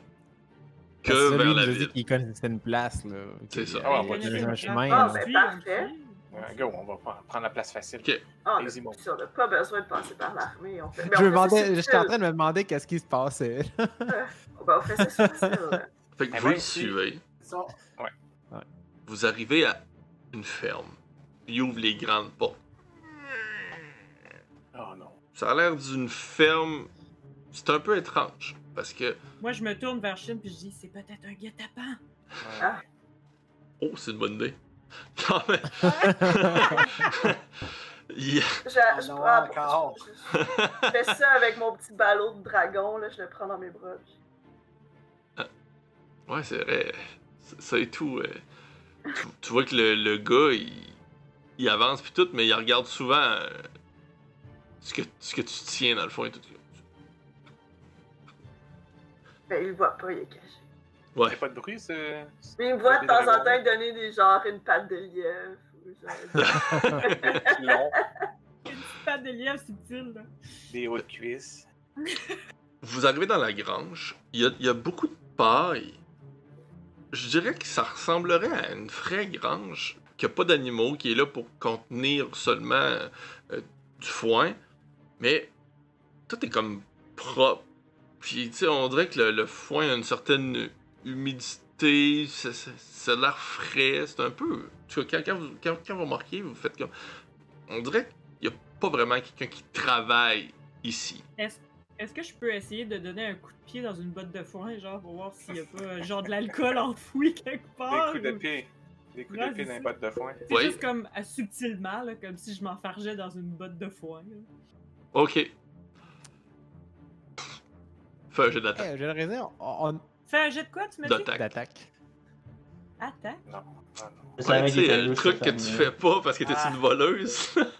S2: que
S4: Parce ça, lui,
S2: vers
S4: il
S2: la
S4: nous a dit
S2: ville.
S4: qu'il connaissait une place, là.
S2: C'est
S4: qu'il-
S2: ça.
S5: Ah,
S4: il y
S5: ouais,
S4: avait
S5: ouais.
S4: un chemin, là.
S3: Ah, ben,
S9: On suit,
S3: parfait.
S9: on suit.
S5: Ouais, go, on va prendre prendre la place facile.
S2: Ok.
S3: Ah,
S5: Easy mode.
S3: on n'a pas besoin de passer par l'armée. On fait... mais
S7: Je
S3: on
S7: me
S3: fait ça
S7: demandais, j'étais en
S3: subtil.
S7: train de me demander qu'est-ce qui se passait.
S3: Ben, on fait ça subtil.
S2: Fait que
S5: Eh
S2: vous
S5: ben,
S2: le
S5: si.
S2: suivez,
S8: ça,
S2: vous arrivez à une ferme. Ils ouvrent les grandes portes.
S5: Oh non.
S2: Ça a l'air d'une ferme. C'est un peu étrange parce que
S9: Moi, je me tourne vers Chine puis je dis c'est peut-être un guet-apens.
S5: Ouais.
S3: Ah.
S2: oh, c'est une bonne idée. Non mais Il-
S3: Je,
S8: Ah
S3: je
S8: non,
S3: prends-
S8: encore.
S3: je- je- je fais ça avec mon petit ballot de dragon, là, je le prends dans mes bras.
S2: ouais, c'est vrai. C'est- C'est tout. euh. Tu, tu vois que le, le gars, il, il avance puis tout, mais il regarde souvent euh, ce que ce que tu tiens dans le fond et tout.
S3: Ben, il le voit pas, il est caché.
S5: Y a
S2: Ouais.
S5: pas de bruit, ce.
S3: Mais il me voit de
S5: Des
S3: temps en
S5: dragons.
S3: temps donner des genre une patte de lièvre. ou genre-
S5: ce long,
S9: Pas de lièvre subtil, là.
S5: des hautes cuisses.
S2: Vous arrivez dans la grange. Il y a, il y a beaucoup de paille je dirais que ça ressemblerait à une vraie grange qui n'a pas d'animaux, qui est là pour contenir seulement euh, du foin, mais tout est comme propre. Puis, tu sais, on dirait que le, le foin a une certaine humidité, ça, ça- ça a l'air frais, c'est un peu... En tout cas, quand, quand vous, quand- quand vous remarquez, vous faites comme... On dirait qu'il n'y a pas vraiment quelqu'un qui travaille ici.
S9: Est-ce que je peux essayer de donner un coup de pied dans une botte de foin, genre, pour voir s'il y a pas euh, genre de l'alcool enfoui quelque
S5: Des
S9: part?
S5: coups de
S9: ou-
S5: pied. Des coups
S9: Ah, Ouais,
S5: de
S9: c'est
S5: pied dans les
S9: ça.
S5: bottes de foin.
S9: C'est
S2: Oui.
S9: juste comme euh, subtilement, là, comme si je m'enfargeais dans une botte de foin. là.
S2: OK. Fais un jeu d'attaque.
S7: Hey, j'ai le raison. On,
S9: Fais un jet de quoi, tu me dis?
S7: on
S2: D'attaque.
S7: attaque.
S9: Attaque.
S2: Ouais,
S10: Je savais
S2: tu
S10: qu'il
S2: sais,
S10: était
S2: le
S10: louche,
S2: truc
S10: cette
S2: que tu
S10: femme-là.
S2: fais pas parce que t'es
S8: Ah.
S2: une voleuse.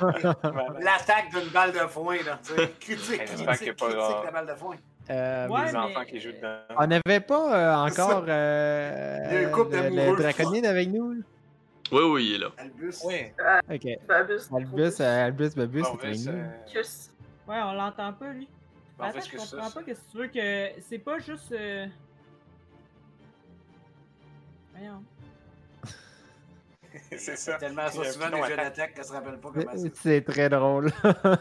S5: Voilà.
S8: L'attaque d'une balle de foin, là, tu sais. Critique,
S5: J'espère
S8: critique,
S5: qu'il y a
S8: critique,
S5: pas genre-
S8: la balle de foin.
S7: Euh,
S9: Ouais,
S5: Les
S9: mais-
S5: enfants qui jouent dedans.
S7: On n'avait pas euh,
S8: C'est ça.
S7: encore euh,
S8: Il y a un
S7: le,
S8: couple
S7: le
S8: d'amoureux.
S7: draconide avec nous. là?
S2: oui, oui, il est là.
S8: Albus.
S5: Oui.
S7: Ok.
S3: Babus.
S7: Albus, euh, Albus, Babus,
S5: Bon,
S7: c'est
S4: ben,
S7: avec
S5: euh,
S7: nous.
S3: Marcus.
S9: Ouais, on l'entend pas, lui.
S5: bon,
S9: Attends,
S5: parce
S9: je
S5: que ça,
S9: comprends
S5: ça-
S9: pas qu'est-ce que tu veux que. C'est pas juste. euh, Voyons.
S5: C'est ça.
S8: Tellement
S5: Il y
S8: ça
S5: a
S8: souvent
S5: un piton
S8: des jeux
S5: attaque.
S8: d'attaque qu'elle se rappelle pas comment c'est.
S7: C'est très drôle.
S5: Tu
S9: Ah,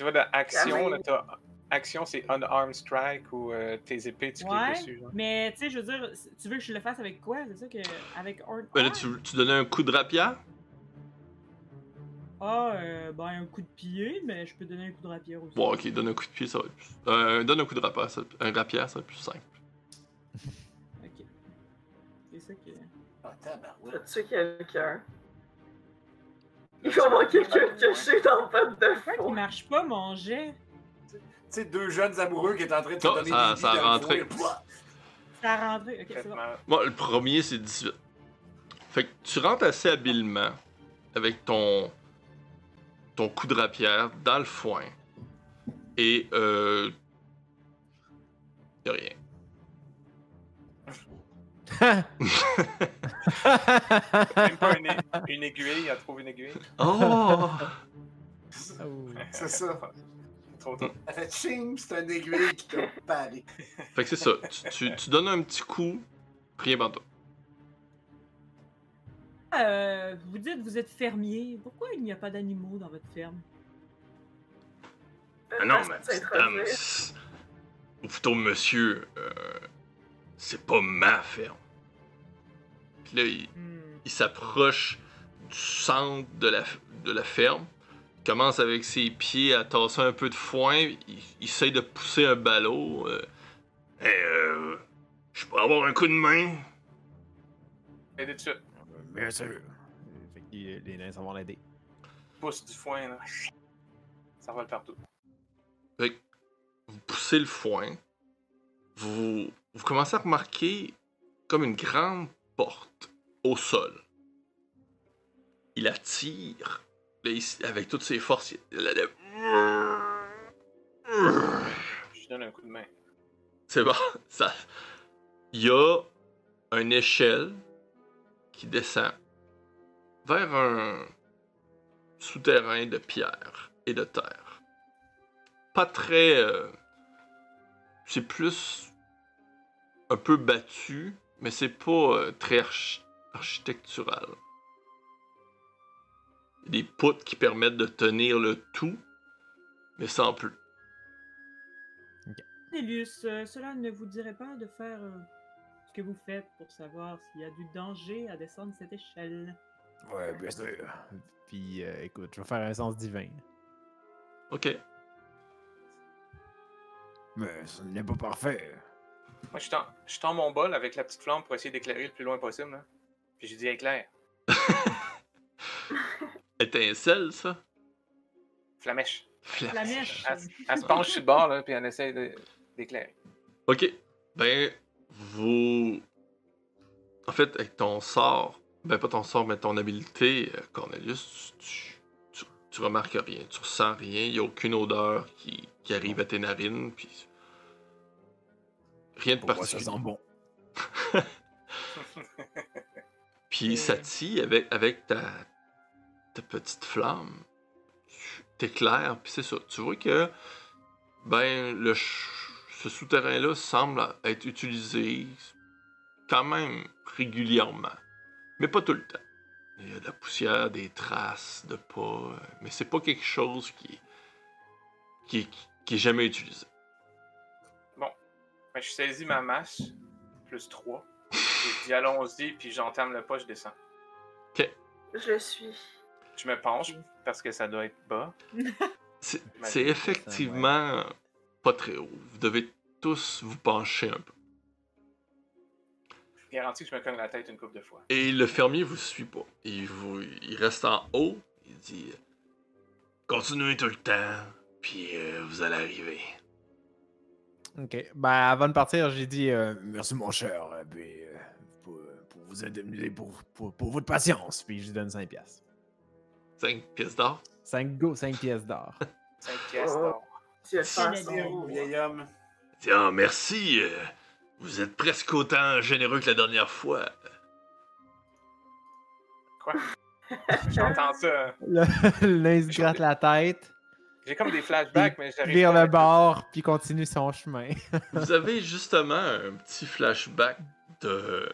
S5: vois, dans action,
S3: Quand
S5: là,
S3: même.
S5: t'as action, c'est unarmed strike ou euh, tes épées, tu cliques
S9: Ouais.
S5: dessus. genre.
S9: Mais tu sais, je veux dire, c- tu veux que je le fasse avec quoi C'est ça que. Avec un.
S2: Ben là, tu, tu donnais un coup de rapière?
S9: Ah, euh, ben un coup de pied, mais je peux donner un coup de rapier aussi.
S2: Bon, ok, donne un coup de pied, ça va être plus. Euh, donne un coup de rapière, ça, un rapière, ça va être plus simple.
S9: Ok. C'est ça que.
S8: Ah,
S3: Je
S8: tabarouette.
S3: vais tuer quelqu'un.
S5: Là,
S3: Il va y avoir
S5: tu-
S8: Ah,
S3: quelqu'un caché dans la botte de
S9: Pourquoi il
S3: foin.
S9: marche pas mon jet
S8: Tu sais, deux jeunes amoureux qui est en train de te
S2: Non,
S8: donner
S2: ça-
S8: des
S2: ça
S8: billes dans le
S2: rentrait.
S8: foin, pouah!
S9: Ça a rentré. Ok, c'est bon.
S5: Complètement.
S2: Bon, le premier, c'est 18. Fait que tu rentres assez habilement avec ton, ton coup de rapière dans le foin. Et, euh. Y'a rien.
S5: Même pas une, é- une aiguille, elle trouve une aiguille.
S2: Oh!
S7: Oh.
S8: C'est ça.
S5: Trop tôt.
S8: Elle fait ching, c'est un aiguille qui t'a paré.
S2: fait que c'est ça. Tu, tu- tu donnes un petit coup, rien bandeau.
S9: Euh, vous dites vous êtes fermier. Pourquoi il n'y a pas d'animaux dans votre ferme
S3: Euh,
S2: Ah non, mais
S3: Parce que
S2: petite
S3: c'est
S2: dame,
S3: introduit.
S2: c'est- ou plutôt monsieur, euh, c'est pas ma ferme. Puis là, il,
S9: Hmm.
S2: il s'approche du centre de la, de la ferme, il commence avec ses pieds à tasser un peu de foin, il, il essaye de pousser un ballot. Euh, Hey, euh, je peux avoir un coup de main?
S5: Aidez dessus.
S4: Bien sûr.
S7: Fait que les les nains s'en vont l'aider.
S5: Pousse du foin, là. Ça vole partout.
S2: vous poussez le foin, vous, vous commencez à remarquer comme une grande porte au sol. Il attire, avec toutes ses forces, il- la- la-
S5: Je lui donne un coup de main.
S2: c'est bon, ça. Il y a une échelle qui descend vers un souterrain de pierre et de terre. Pas très. euh, c'est plus un peu battu, mais c'est pas euh, très archi- architectural. Des poutres qui permettent de tenir le tout, mais sans plus.
S9: Nélius, euh, cela ne vous dirait pas de faire euh, ce que vous faites pour savoir s'il y a du danger à descendre cette échelle.
S4: Ouais, bien sûr.
S7: Puis euh, écoute, je vais faire un sens divin.
S2: Ok.
S4: Mais ce n'est pas parfait.
S5: Moi, je tends, je tends mon bol avec la petite flamme pour essayer d'éclairer le plus loin possible. Là. Puis je dis éclaire.
S2: Étincelle, ça?
S5: Flamèche.
S9: La mèche.
S5: Elle, s- elle se penche sur le bord, là, puis elle essaie de- d'éclairer.
S2: Ok. Ben, vous. En fait, avec ton sort, ben pas ton sort, mais ton habilité, euh, Cornelius, tu, tu, tu remarques rien, tu ressens rien, il n'y a aucune odeur qui, qui arrive à tes narines, puis. Rien de
S4: Pourquoi ça
S2: particulier.
S4: sent bon?
S2: Puis Sati, avec, avec ta, ta petite flamme, tu t'éclaires, puis c'est ça. Tu vois que, ben, le ch- ce souterrain-là semble être utilisé quand même régulièrement, mais pas tout le temps. Il y a de la poussière, des traces de pas, euh, mais c'est pas quelque chose qui, qui, qui est jamais utilisé.
S5: Mais je saisis ma masse, plus 3. Et je dis allons-y, puis j'entame le pas, je descends.
S3: Je suis.
S5: Je me penche, parce que ça doit être bas.
S2: C'est
S5: J'imagine
S2: c'est
S5: que ça,
S2: effectivement pas très haut. Vous devez tous vous pencher un peu.
S5: Je garantis que je me cogne la tête une couple de fois.
S2: Et le fermier vous suit pas. Il, vous, il reste en haut. Il dit euh, Continuez tout le temps, puis euh, vous allez arriver.
S7: Ok. Ben, avant de partir, j'ai dit. euh,
S4: Merci, mon cher. euh, puis, euh, pour, pour vous indemniser, pour, pour, pour votre patience.
S7: puis je lui donne 5 piastres.
S2: 5 pièces d'or.
S7: 5 go, 5 pièces d'or.
S5: 5 pièces
S3: Oh.
S5: d'or.
S3: Tu as
S9: C'est la
S3: sens-
S9: dernière.
S8: Oh, vieil homme.
S2: Il dit Ah, merci. euh, vous êtes presque autant généreux que la dernière fois.
S5: J'entends ça.
S7: L'un se gratte la tête,
S5: J'ai comme des flashbacks, mais j'arrive
S7: vire
S5: pas à-
S7: le bord, puis continue son chemin.
S2: Vous avez justement un petit flashback de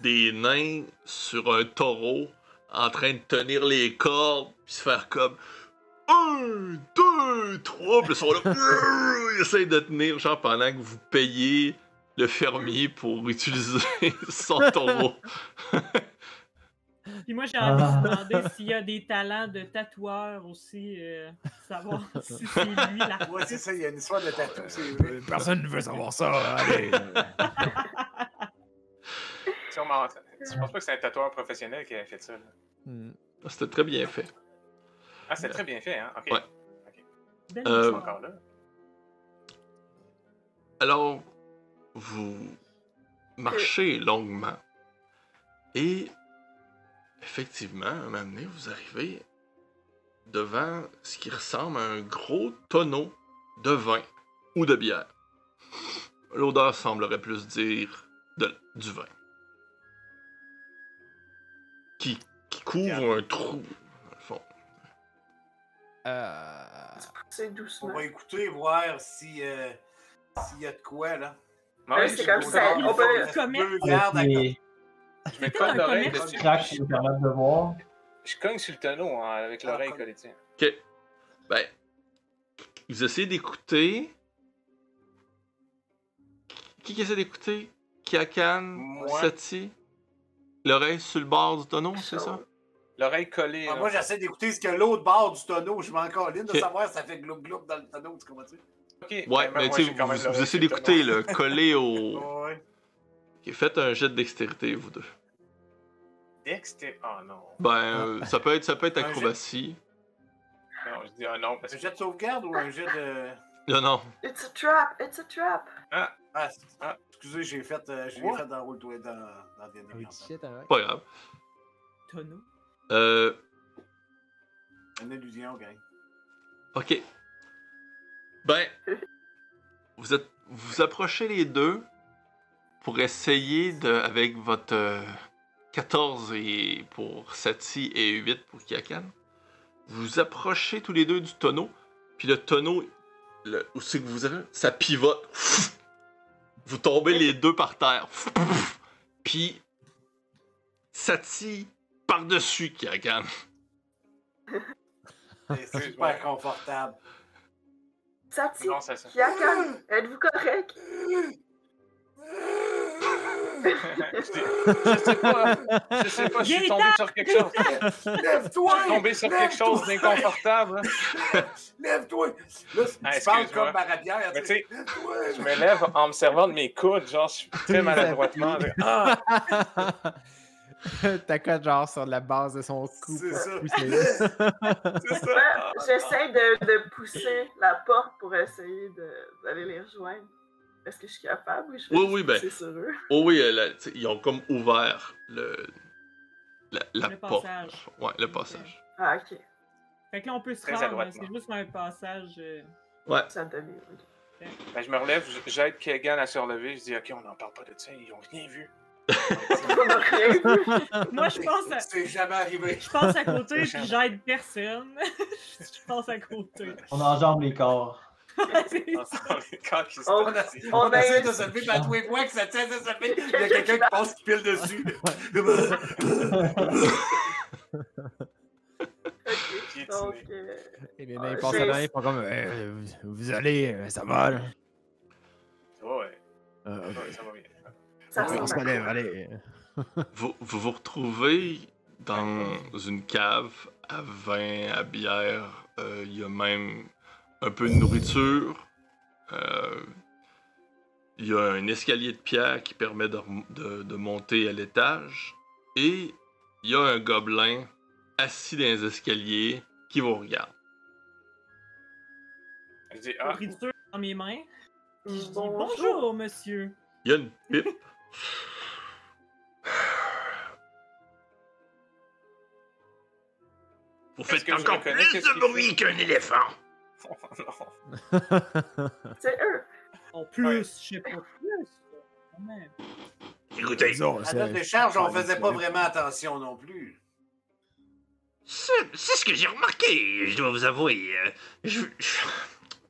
S2: des nains sur un taureau en train de tenir les cordes puis se faire comme un, deux, trois, puis ils sont là, brrr, ils essayent de tenir genre pendant que vous payez le fermier pour utiliser son taureau.
S9: Puis moi, j'ai
S10: Ah.
S9: envie de demander s'il y a des talents de tatoueur aussi, euh, savoir si c'est lui
S8: Ouais, c'est
S9: l'artiste.
S8: ça, il y a une histoire de tatou, Euh, c'est vrai.
S4: Personne ne veut savoir ça. hein, Allez.
S7: Euh,
S5: Sûrement. Je pense pas que c'est un tatoueur professionnel qui a fait ça. là.
S7: Hmm.
S2: C'était très bien fait.
S5: Ah, c'est très bien fait, hein? Ok.
S2: Ouais.
S9: Belle
S2: Euh,
S5: C'est
S9: histoire.
S5: encore là.
S2: Alors, vous marchez longuement. Et effectivement, un moment donné, vous arrivez devant ce qui ressemble à un gros tonneau de vin ou de bière. L'odeur semblerait plus dire de- du vin. Qui, qui couvre un trou, dans le fond.
S7: Euh,
S3: C'est
S8: On
S3: doucement.
S8: va écouter, voir si, euh, s'il y a de quoi, là.
S5: Ouais,
S3: c'est
S5: je-
S3: comme ça, on peut-
S8: Deux
S10: Le
S8: gardes à
S10: petit
S5: Je me
S9: un
S5: colle l'oreille
S9: commerce.
S5: dessus.
S10: crack qui nous permet de voir.
S5: Je cogne sur le tonneau hein, avec l'oreille
S8: Ah,
S5: collée dessus.
S2: Ok. Ben, vous essayez d'écouter. Qui qui essaie d'écouter Kiakan,
S5: Moi.
S2: Sati L'oreille sur le bord du tonneau, c'est ça
S5: Oh, L'oreille collée.
S8: Ah,
S5: là.
S8: moi, j'essaie d'écouter ce que l'autre bord du tonneau, je m'en colline de
S2: Ok.
S8: savoir si ça fait gloup-gloup dans le tonneau, tu comprends-tu?
S5: Ok,
S2: Ouais, mais
S5: ben, moi,
S2: tu sais,
S5: j'ai
S2: vous,
S5: quand même l'oreille
S2: vous essayez
S5: sur le
S2: d'écouter,
S5: tonneau.
S2: là, collé au.
S8: Ouais.
S2: Ok, Faites un jet de dextérité, vous deux.
S5: Dexté- Oh non.
S2: Ben, euh, ça, peut être, ça peut être
S8: Un jet-
S2: acrobatie.
S5: Non, je dis ah non parce
S8: Un
S5: que.
S8: jet de sauvegarde ou un jet de.
S2: Non, non.
S3: It's a trap, it's a trap.
S8: Ah, c'est- ah, excusez, j'ai fait, euh, j'ai
S5: Ouais.
S8: fait dans Roll to dans, dans E des
S7: oui, shit, hein, ouais.
S2: Pas grave.
S9: Tonneau.
S2: Euh,
S8: Une illusion, gang.
S2: Ok. Ben, vous êtes, vous vous approchez les deux pour essayer de, avec votre euh, 14 et pour Sati et 8 pour Kiakan, vous vous approchez tous les deux du tonneau, puis le tonneau, le, où c'est que vous avez, ça pivote. Vous tombez les deux par terre. Puis Sati par-dessus Kiakan.
S8: Et C'est super confortable.
S3: Sati,
S5: Non, ça, ça.
S3: Yakan, êtes-vous correct?
S5: je, dis, je sais pas. Je sais pas, je suis tombé sur quelque chose. Je
S8: Lève-toi!
S5: suis tombé sur quelque chose d'inconfortable. hein.
S8: Lève-toi! Là,
S5: Ah,
S8: tu parles
S5: excuse-moi.
S8: comme Marabière.
S5: Mais
S8: tu
S5: tu
S8: sais.
S5: sais,
S8: Lève-toi!
S5: je me lève en me servant de mes coudes, genre, je suis très maladroitement. là. Ah!
S7: T'accotes genre sur la base de son cou.
S8: C'est
S7: pour
S8: ça.
S7: pousser.
S5: C'est ça!
S3: Ouais,
S5: Ah,
S3: J'essaie de, de pousser la porte pour essayer de- d'aller les rejoindre. Est-ce que je suis capable ou je vais
S2: Oui,
S3: juste
S2: oui, ben.
S3: pousser sur eux?
S2: Oh oui, euh, la- tu sais, ils ont comme ouvert le, la, la
S9: Le
S2: porte.
S9: passage.
S2: Ouais, le passage.
S3: Ah, ok.
S9: Fait que là, on peut se
S5: Très
S9: rendre.
S5: adroitement.
S9: C'est juste un passage. euh,
S3: Ça me donne mieux, ok.
S5: Ben, je me relève, j- j'aide Kegan à se relever. Je dis, OK, on n'en parle pas de ça, ils ont rien vu.
S3: On a rien vu.
S9: Moi, je pense à...
S8: C'est jamais arrivé.
S9: Je passe à côté puis j'aide personne. je passe à côté.
S10: On enjambe les corps.
S9: Ah, C'est ça.
S5: Quand il se
S3: On-
S5: passe, c'est-
S3: On
S8: On
S3: a
S8: essaie
S3: eu-
S8: de se lever, par tous les fois que ça tient de se lever, il y a quelqu'un qui passe qui pile dessus.
S3: ok,
S5: piétiné.
S3: donc, euh,
S4: Et les
S3: Ah,
S4: nains passent
S3: j'ai-
S4: dedans, ils font comme Eh, vous, vous allez, euh, ça va. Là.
S5: Ouais, ouais,
S4: Euh, ok.
S5: ouais, ça va bien.
S3: ça
S4: on se
S3: ressemble à
S4: relève,
S3: quoi?
S4: allez. euh,
S6: Vous vous, vous retrouvez dans une cave à vin, à bière. euh, Il y a même un peu de nourriture. Euh, Il y a un escalier de pierre qui permet de, rem- de- de monter à l'étage. Et il y a un gobelin assis dans les escaliers qui vous regarde.
S5: Je dis,
S9: Un
S5: ah,
S9: rideau dans mes mains. puis je dis,
S3: Bonjour.
S9: bonjour, monsieur.
S6: Il y a une pipe. Vous
S5: Est-ce
S6: faites
S5: que je
S6: encore
S5: reconnais
S6: plus
S5: qu'est-ce
S6: de
S5: qu'il
S6: bruit qu'un éléphant.
S5: oh, non.
S3: C'est eux.
S9: En plus, je sais pas plus. quand même.
S6: Écoutez,
S3: Ah,
S4: Disons,
S8: À
S4: c'est-
S8: date de charge, on faisait pas vraiment attention non plus.
S6: C'est c'est ce que j'ai remarqué, je dois vous avouer. euh, je- je-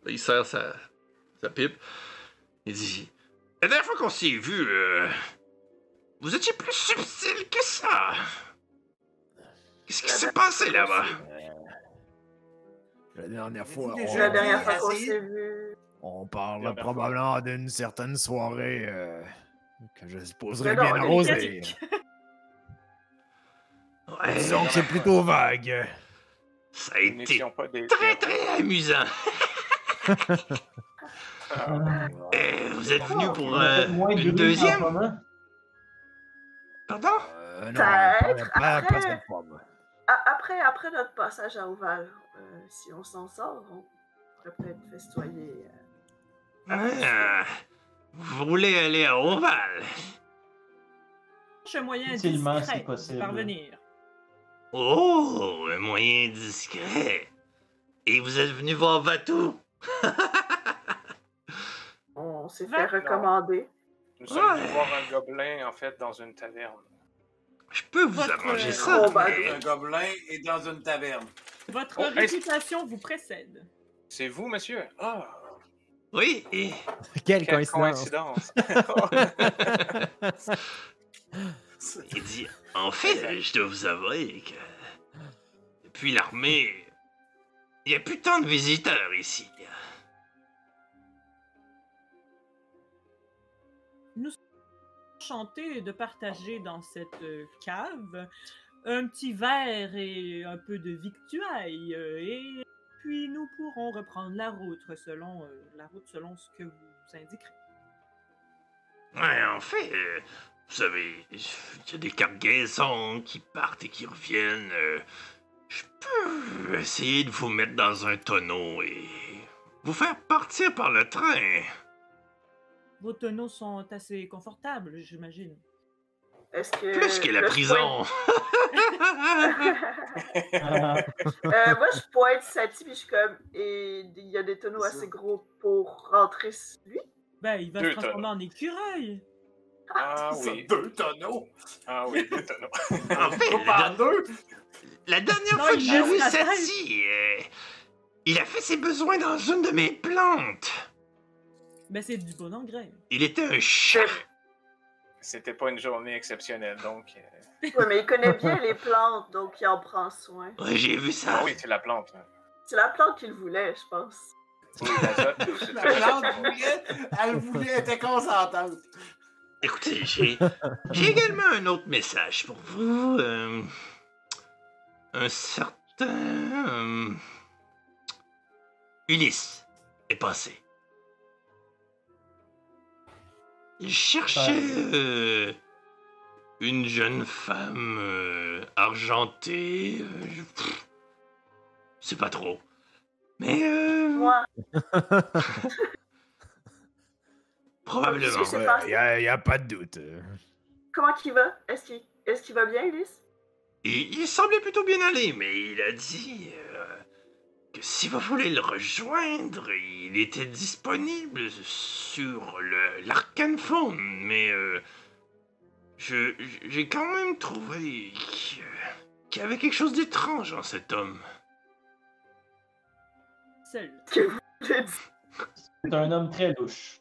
S6: Il serre sa, sa pipe. Il dit La dernière fois qu'on s'est vu, euh, vous étiez plus subtil que ça. Qu'est-ce qui
S5: Ah, bah,
S6: s'est passé là-bas
S4: La dernière
S8: J'ai
S4: fois,
S8: dit
S4: on,
S8: déjà
S3: La dernière fois qu'on
S8: Vas-y.
S3: s'est vu.
S4: on parle
S5: Dernière fois.
S4: probablement d'une certaine soirée euh, que je supposerais
S3: Mais non,
S4: bien
S3: on est
S4: arrosée. Euh,
S6: Ouais,
S4: Disons que c'est plutôt vague.
S6: Ça a
S5: Nous
S6: été
S5: n'étions pas des.
S6: très très amusant. Euh, vous êtes
S10: Ah,
S6: venu pour euh,
S11: Moins de bruit
S6: une
S11: en
S6: deuxième
S11: ce moment.
S6: Pardon
S4: Euh, non,
S3: Peut-être,
S4: pas, pas- pas
S3: après.
S4: cette forme.
S3: A- Après, après notre passage à Oval, euh, si on s'en sort, on pourrait peut-être festoyer. euh.
S6: Ah, Vous voulez aller à Oval
S9: Je un moyen
S11: Utilement,
S9: discret
S11: si possible.
S9: de parvenir.
S6: Oh, un moyen discret. Et vous êtes venu voir Vatou
S3: On s'est
S9: Vingt-
S3: fait recommander.
S5: Nous sommes venus
S6: Ouais.
S5: voir un gobelin, en fait, dans une taverne.
S6: Je peux vous
S9: Votre-
S6: arranger
S9: euh,
S8: oh,
S6: ça,
S3: combat
S6: mais-
S8: Un gobelin et dans une taverne.
S9: Votre
S5: Oh, est-ce-
S9: réputation vous précède.
S5: C'est vous, monsieur? Ah,
S6: Oui, et-
S4: Quelle
S5: quelle
S4: coïncidence.
S5: coïncidence!
S6: il dit... En fait, je dois vous avouer que... Depuis l'armée... Il n'y a plus tant de visiteurs ici.
S9: Enchanté de partager dans cette euh, cave un petit verre et un peu de victuailles. euh, Et puis nous pourrons reprendre la route selon, euh, la route selon ce que vous indiquerez.
S6: Ouais, en fait, euh, vous savez, il y a des cargaisons qui partent et qui reviennent. euh, je peux essayer de vous mettre dans un tonneau et vous faire partir par le train.
S9: Vos tonneaux sont assez confortables, j'imagine.
S3: Est-ce que.
S6: Plus que la
S3: Euh, le
S6: prison.
S3: point-
S11: Ah,
S3: Euh, moi, je pointe Sati, puis je suis comme. Et il y a des tonneaux assez gros pour rentrer sur lui.
S9: Ben, il va
S5: Deux
S9: se transformer en écureuil.
S5: ah
S8: Ça,
S5: oui,
S8: Deux tonneaux.
S5: ah oui, étonnant.
S6: en fait, la,
S8: Pas par deux.
S6: la dernière
S9: Non,
S6: fois
S9: il
S6: que
S9: a
S6: j'ai
S9: eu
S6: vu
S9: la tête.
S6: Sati, euh, il a fait ses besoins dans une de mes plantes.
S9: Ben, c'est du bon engrais.
S6: Il était un chat.
S5: C'était pas une journée exceptionnelle, donc. euh,
S3: Ouais, mais il connaît bien les plantes, donc il en prend soin.
S6: Ouais, j'ai vu
S5: Ah
S6: ça.
S5: oui, c'est la plante. là.
S3: C'est la plante qu'il voulait, je pense.
S5: Oui, l'azote, c'est
S8: La
S5: très
S8: plante
S5: important.
S8: voulait, elle voulait, elle était consentante.
S6: Écoutez, j'ai j'ai également un autre message pour vous. euh, un certain euh, Ulysse est passé. Il cherchait euh, une jeune femme euh, argentée. euh, je- pff, C'est pas trop. Mais euh,
S3: Moi,
S6: probablement.
S3: je sais pas.
S4: Il n'y a, y a pas de doute.
S3: Comment qu'il va? Est-ce qu'il est qu'il va bien, Ulysse?
S6: Il, il semblait plutôt bien aller, mais il a dit euh, que si vous voulez le rejoindre, il était disponible sur le- l'arcane phone, mais euh, je- j'ai quand même trouvé que- qu'il y avait quelque chose d'étrange en cet homme.
S9: Seul.
S3: J'ai dit-
S10: C'est un homme très louche.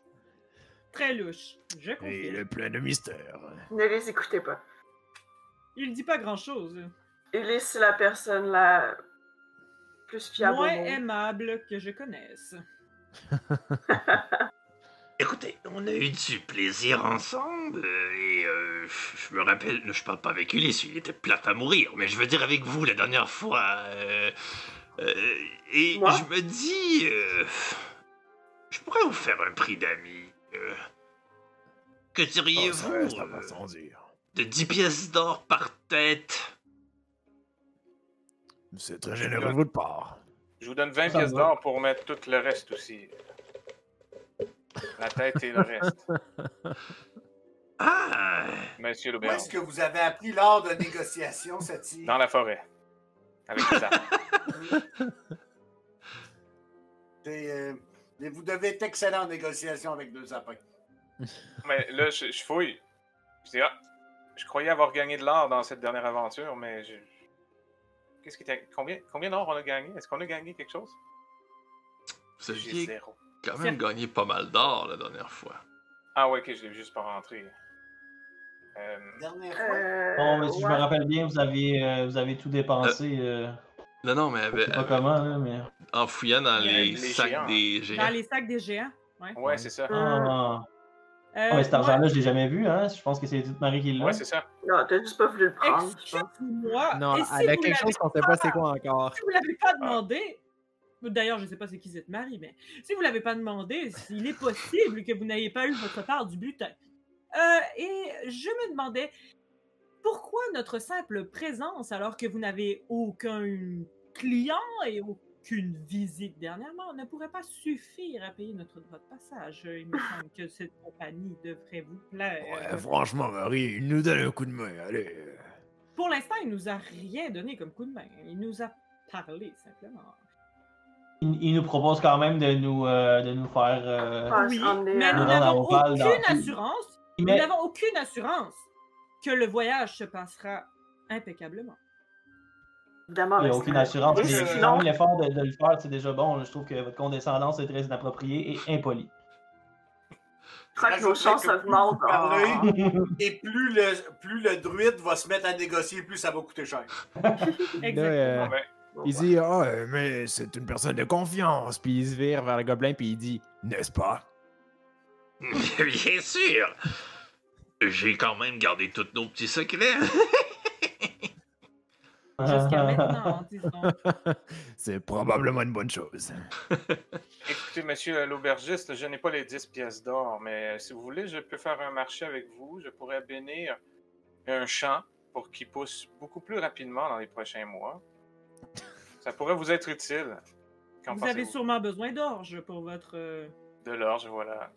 S9: Très louche. Je confirme.
S4: Et le plein de mystère.
S3: Ne les écoutez pas.
S9: Il dit pas grand-chose.
S3: Ulysse, c'est la personne la plus fiable. au
S9: Moins
S3: monde.
S9: aimable que je connaisse.
S6: Écoutez, on a eu du plaisir ensemble, euh, et euh, je me rappelle, je parle pas avec Ulysse, il était plate à mourir, mais je veux dire avec vous la dernière fois, euh, euh, et
S3: Moi?
S6: je me dis, euh, je pourrais vous faire un prix d'amis. euh. que
S4: Oh, ça
S6: diriez-vous
S4: reste à
S6: euh,
S4: pas sans dire.
S6: de 10 pièces d'or par tête
S4: C'est très généreux de votre part.
S5: Je vous donne 20
S10: Ça
S5: pièces
S10: va.
S5: d'or pour mettre tout le reste aussi. La tête et le reste.
S6: Ah,
S5: Monsieur
S8: Où
S5: l'auberge.
S8: est-ce que vous avez appris l'art de négociation, Sati?
S5: Dans la forêt. Avec les armes.
S8: C'est, euh, mais vous devez être excellent en négociation avec deux sapins.
S5: mais là, je, je fouille. Je dis, ah, je croyais avoir gagné de l'or dans cette dernière aventure, mais je... Qu'est-ce qui était... Combien, combien d'or on a gagné? Est-ce qu'on a gagné quelque chose?
S6: vous
S5: J'ai
S6: aviez
S5: zéro.
S6: quand même gagné pas mal d'or la dernière fois.
S5: Ah ouais, ok, je l'ai juste pas rentré. Euh,
S8: Dernière fois.
S3: Euh,
S10: Bon, mais si je me
S3: ouais.
S10: rappelle bien, vous avez, euh, vous avez tout dépensé. euh,
S6: Non, non, mais
S10: je
S6: avec-
S1: ben,
S10: sais pas comment, là, mais.
S6: en fouillant dans
S5: Il y a
S6: les,
S5: les
S6: sacs
S5: géants.
S6: des géants.
S9: Dans les sacs des géants. Ouais.
S5: ouais, c'est ça.
S10: Ah,
S9: Euh,
S10: Ah, mais cet
S9: moi-
S10: argent-là, je l'ai jamais vu, hein. Je pense que c'est toute Marie qui l'a.
S5: Ouais, c'est ça.
S3: Non, t'as juste pas voulu le prendre. je pense.
S9: Excuse-moi.
S7: Non,
S9: et si
S7: elle a
S9: vous
S7: quelque
S9: l'avez-
S7: chose qu'on sait pas c'est quoi encore.
S9: si vous l'avez pas demandé, d'ailleurs, je sais pas c'est qui cette Marie, mais si vous l'avez pas demandé, il est possible que vous n'ayez pas eu votre part du butin. Euh, et je me demandais pourquoi notre simple présence, alors que vous n'avez aucun client et aucune visite dernièrement, ne pourrait pas suffire à payer notre droit de passage. Il me semble que cette compagnie devrait vous plaire.
S4: Ouais, Eh, franchement, Marie, il nous donne un coup de main, allez.
S9: Pour l'instant, il nous a rien donné comme coup de main. Il nous a parlé simplement.
S10: Il, il nous propose quand même de nous, euh, de nous faire. euh,
S3: Ah,
S9: Oui,
S3: on est,
S9: mais
S3: euh,
S9: nous
S10: Non,
S9: n'avons
S10: non, on parle
S9: aucune
S10: dans-
S9: assurance.
S10: il
S9: Nous
S10: met-
S9: n'avons aucune assurance que le voyage se passera impeccablement.
S3: Évidemment,
S10: Il n'y a
S3: mais
S10: aucune
S3: c'est-
S10: assurance.
S3: Oui,
S10: mais
S3: c'est-
S10: si
S3: non.
S10: on fait l'effort de, de le faire, c'est déjà bon. Je trouve que votre condescendance est très inappropriée et impolie.
S3: Je crois que nos
S8: Rajouter
S3: chances
S8: que plus vous
S3: augmentent.
S8: parlez,
S3: en-
S8: Et plus le, plus le druide va se mettre à négocier, plus ça va coûter cher.
S9: Exactement.
S7: euh,
S5: Ouais.
S7: Il dit Ah, euh, mais c'est une personne de confiance. Puis il se vire vers le gobelin, puis il dit N'est-ce pas
S6: Bien sûr! J'ai quand même gardé tous nos petits secrets. hein.
S9: Jusqu'à maintenant, disons.
S4: C'est probablement une bonne chose.
S5: Écoutez, monsieur l'aubergiste, je n'ai pas les 10 pièces d'or, mais euh, si vous voulez, je peux faire un marché avec vous. Je pourrais bénir un champ pour qu'il pousse beaucoup plus rapidement dans les prochains mois. Ça pourrait vous être utile. Qu'en
S9: Vous avez
S5: pensez-vous?
S9: sûrement besoin d'orge pour votre euh,
S5: De l'orge, voilà.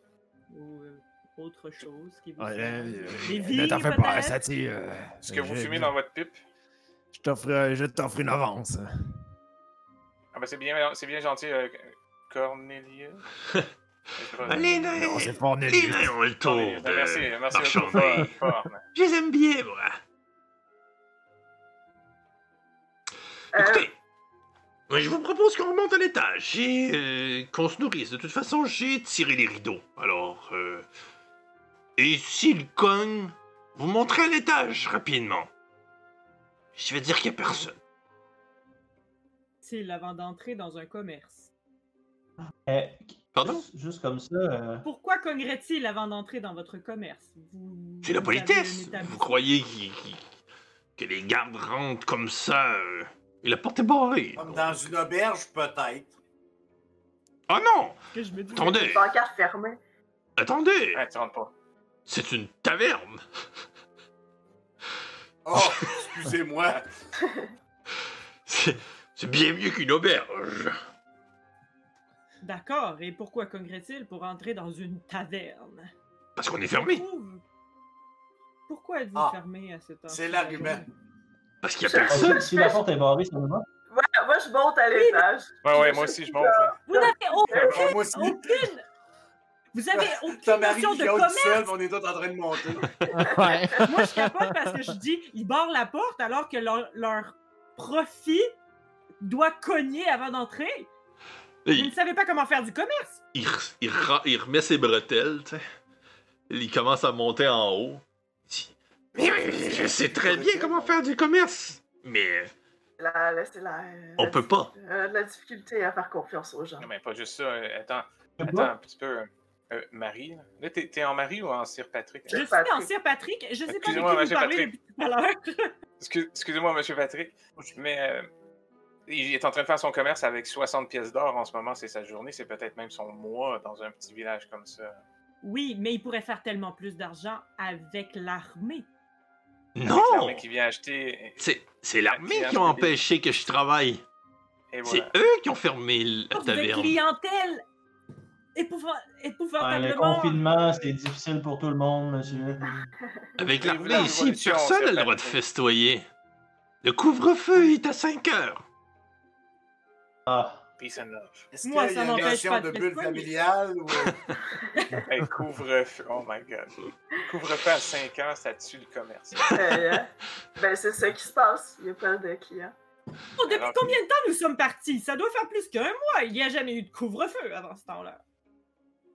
S9: ou, euh, autre chose qui vous.
S4: Ouais, euh,
S9: Des
S4: ne
S9: vies,
S4: t'en fais pas,
S9: peut-être?
S4: ça t'y, euh,
S5: Ce que vous
S4: je-
S5: fumez dans votre pipe,
S4: Je t'offre, euh, je t'offre une avance.
S5: ah ben c'est bien, c'est bien gentil, euh, Cornelius. Je crois-
S6: Les nains!
S4: Non, c'est fort nul.
S6: les nains ont le tour
S5: Cornelius, ben Merci,
S6: de
S5: merci beaucoup.
S6: marchander.
S5: fort- fort.
S6: Je les aime bien, moi. Écoutez, moi, je vous propose qu'on remonte à l'étage et euh, qu'on se nourrisse. De toute façon, j'ai tiré les rideaux. Alors, euh, et s'il cogne, vous montrez à l'étage rapidement. Je vais dire qu'il n'y a personne.
S9: C'est avant d'entrer dans un commerce.
S10: Euh,
S6: Pardon?
S10: juste, juste comme ça. euh,
S9: Pourquoi cognerait-il avant d'entrer dans votre commerce Vous-
S6: C'est la
S9: vous avez un
S6: politesse. Vous
S9: établissement.
S6: croyez qu'il- qu'il- que les gardes rentrent comme ça euh, et la porte est barrée.
S8: Comme dans une auberge, peut-être.
S6: Ah non!
S9: Que je me dis-
S6: Attendez!
S3: Pancarte fermée.
S6: Attendez!
S5: Ah, tu rentres pas.
S6: C'est une taverne!
S8: Oh, excusez-moi.
S6: C'est c'est bien mieux qu'une auberge!
S9: D'accord, et pourquoi cognerait-il pour entrer dans une taverne
S6: Parce qu'on est fermé!
S9: Trouve- Pourquoi êtes-vous
S8: Ah,
S9: fermé à cette heure
S8: c'est l'argument.
S6: Parce qu'il n'y a
S3: Je-
S10: ah,
S6: personne!
S10: si- si la porte est barrée, ça me va.
S3: Ouais, moi, je monte à l'étage.
S5: Ouais, ouais, moi aussi, je monte. là.
S9: Vous n'avez aucune,
S8: Bon, moi aussi,
S9: aucune, vous avez
S8: t'as
S9: aucune
S8: Marie
S9: notion
S8: qui
S9: de
S8: est toute
S9: commerce.
S8: seule, on est tous en train de monter.
S7: Ouais.
S9: Moi, je capote parce que je dis, ils barrent la porte alors que leur, leur profit doit cogner avant d'entrer.
S2: Là,
S9: Vous ne
S2: il,
S9: savez pas comment faire du commerce.
S2: il re- il re- il remet ses bretelles, tu sais. Il commence à monter en haut. Il dit, Mais oui, je sais très bien comment faire du commerce. Mais
S3: La, la- c'est la-
S2: on
S3: la-
S2: peut pas.
S3: euh, la difficulté à faire confiance aux gens.
S5: Non, mais pas juste ça. euh, Attends,
S10: Tu peux
S5: attends
S10: pas?
S5: un petit peu. euh, euh, Marie, là, là t'es t'es en Marie ou en Sir Patrick?
S9: Je suis
S3: Patrick.
S9: en Sir Patrick. Je ne sais pas de qui vous
S5: Excusez-moi,
S9: parlez
S5: monsieur Patrick.
S9: depuis tout à l'heure.
S5: Excuse- Excusez-moi, monsieur Patrick, mais euh, il est en train de faire son commerce avec 60 pièces d'or en ce moment. C'est sa journée, c'est peut-être même son mois dans un petit village comme ça.
S9: Oui, mais il pourrait faire tellement plus d'argent avec l'armée.
S5: C'est
S2: Non!
S5: l'armée qui vient acheter. Et,
S2: C'est c'est
S5: Qui
S2: l'armée
S5: a
S2: qui a
S5: acheté
S2: empêché que je travaille.
S5: et
S2: C'est
S5: voilà.
S2: eux qui ont fermé la
S9: Force de
S2: taverne.
S9: clientèle
S5: Ah,
S9: épouva-
S10: Ouais, le
S9: épouvantablement. euh,
S10: confinement, c'est difficile pour tout le monde, monsieur.
S2: Avec
S5: Vive
S2: l'armée
S5: la
S2: ici,
S5: révolution,
S2: personne n'a
S5: c'est
S2: le droit de
S5: parti.
S2: festoyer. Le couvre-feu est à 5 heures.
S10: Ah,
S5: Peace and love.
S8: Est-ce
S9: Moi,
S8: qu'il y
S9: ça
S8: a une
S9: m'empêche
S8: notion
S9: pas de
S8: de
S9: te
S8: bulle
S9: soigner.
S8: familiale ou euh,
S5: Hey, couvre-feu. Oh my god. Couvre-feu à 5 ans, ça tue le commerce.
S3: Euh, euh, ben, c'est ça qui se passe. Il n'y a pas de clients.
S9: Oh, depuis
S5: Alors-
S9: combien de temps nous sommes partis? Ça doit faire plus qu'un mois. Il n'y a jamais eu de couvre-feu avant ce temps-là.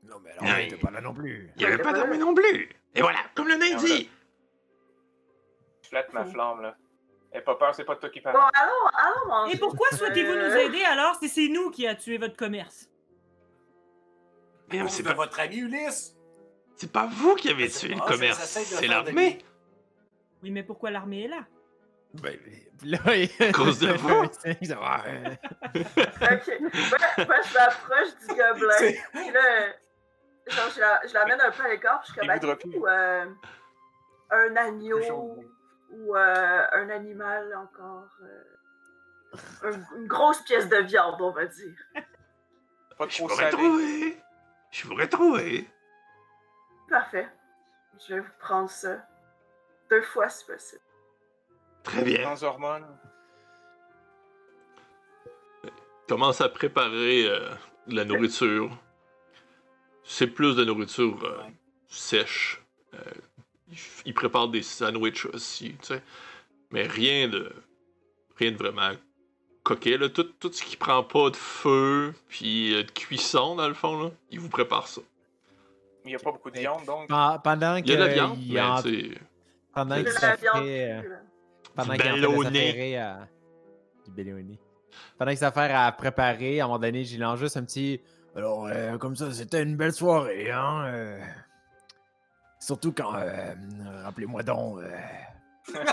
S7: Non, mais alors,
S5: Ah
S2: Ouais.
S7: t'es pas là non plus.
S2: Il n'y avait pas d'armée non plus. Et voilà, comme le nain
S5: Et Ah, voilà.
S2: dit.
S5: Je flatte ma flamme, là. Aie pas peur, c'est pas toi qui
S3: Bon,
S5: parle.
S3: allons, allons manger.
S9: Et pourquoi souhaitez-vous nous aider alors si c'est nous qui a tué votre commerce?
S2: Mais
S8: cause
S2: c'est
S8: de
S2: pas,
S8: votre ami Ulysse?
S2: c'est pas vous qui avez
S8: Je sais
S2: tué le
S5: Ah,
S8: pas,
S2: commerce,
S8: j'essaie de le
S2: c'est
S8: faire
S2: l'armée.
S8: deviner.
S9: Oui, mais pourquoi l'armée est là?
S7: Ben, là, il...
S2: cause de vous.
S7: Il- Ah, euh,
S3: Ok. Ben, moi, je m'approche du gobelin.
S8: C'est-
S3: Puis là, genre, je, la, je l'amène un peu à l'écart. puis Je suis
S5: Il voudra
S3: comme,
S5: plus.
S3: ou euh, un
S5: Plus chaud.
S3: agneau ou euh, un animal encore. euh, un- une grosse pièce de viande, on va dire.
S5: Pas
S2: Je
S5: trop
S2: vous
S5: salé.
S2: retrouver. Je vous retrouver.
S3: Parfait. Je vais vous prendre ça. Deux fois si possible.
S2: Très bien.
S5: Sans hormones.
S2: Commence à préparer euh, de la nourriture. C'est plus de nourriture euh, sèche. Euh, il f- il prépare des sandwichs aussi, tu sais. Mais rien de. Rien de vraiment coquet, là. Tout, tout ce qui prend pas de feu, puis euh, de cuisson, dans le fond, là, il vous prépare ça.
S5: Il n'y a pas beaucoup de viande, donc.
S7: pen- Pendant que...
S2: Il y a de la viande,
S7: il
S2: mais
S7: en-
S2: c'est.
S7: Pendant
S2: Il y a
S7: qu'il
S3: De
S2: Ça
S3: la viande
S7: s'affairait, euh,
S3: crue, là.
S7: pendant
S2: Du
S7: qu'il est en train de
S2: ballonnet.
S7: s'affairer à... Du ballonnet. Pendant qu'il s'affaire à préparer, à un moment donné, j'y lance juste un petit... Alors, euh, comme ça, c'était une belle soirée, hein? euh. Surtout quand... euh, Rappelez-moi donc... euh,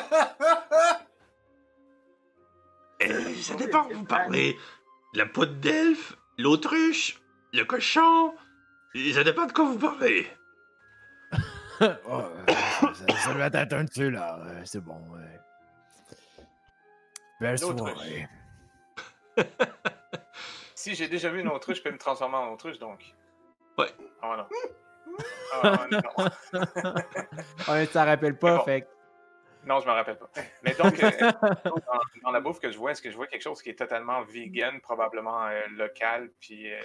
S2: Euh, ça dépend où vous parlez. La peau de Delphes, l'autruche, le cochon. Ça dépend de quoi vous parlez.
S7: oh, euh, ça, ça lui a tâté un dessus, là. euh, C'est bon. ouais. Belle
S5: L'autruche.
S7: soirée.
S5: Si j'ai déjà vu une autruche, je peux me transformer en autruche, donc.
S2: Ouais.
S5: Oh non. Oh non.
S7: Ouais, ça rappelle pas,
S5: Bon.
S7: fait que-
S5: Non, je me rappelle pas. Mais donc, euh, dans, dans la bouffe que je vois, est-ce que je vois quelque chose qui est totalement vegan, probablement euh, local, puis. euh,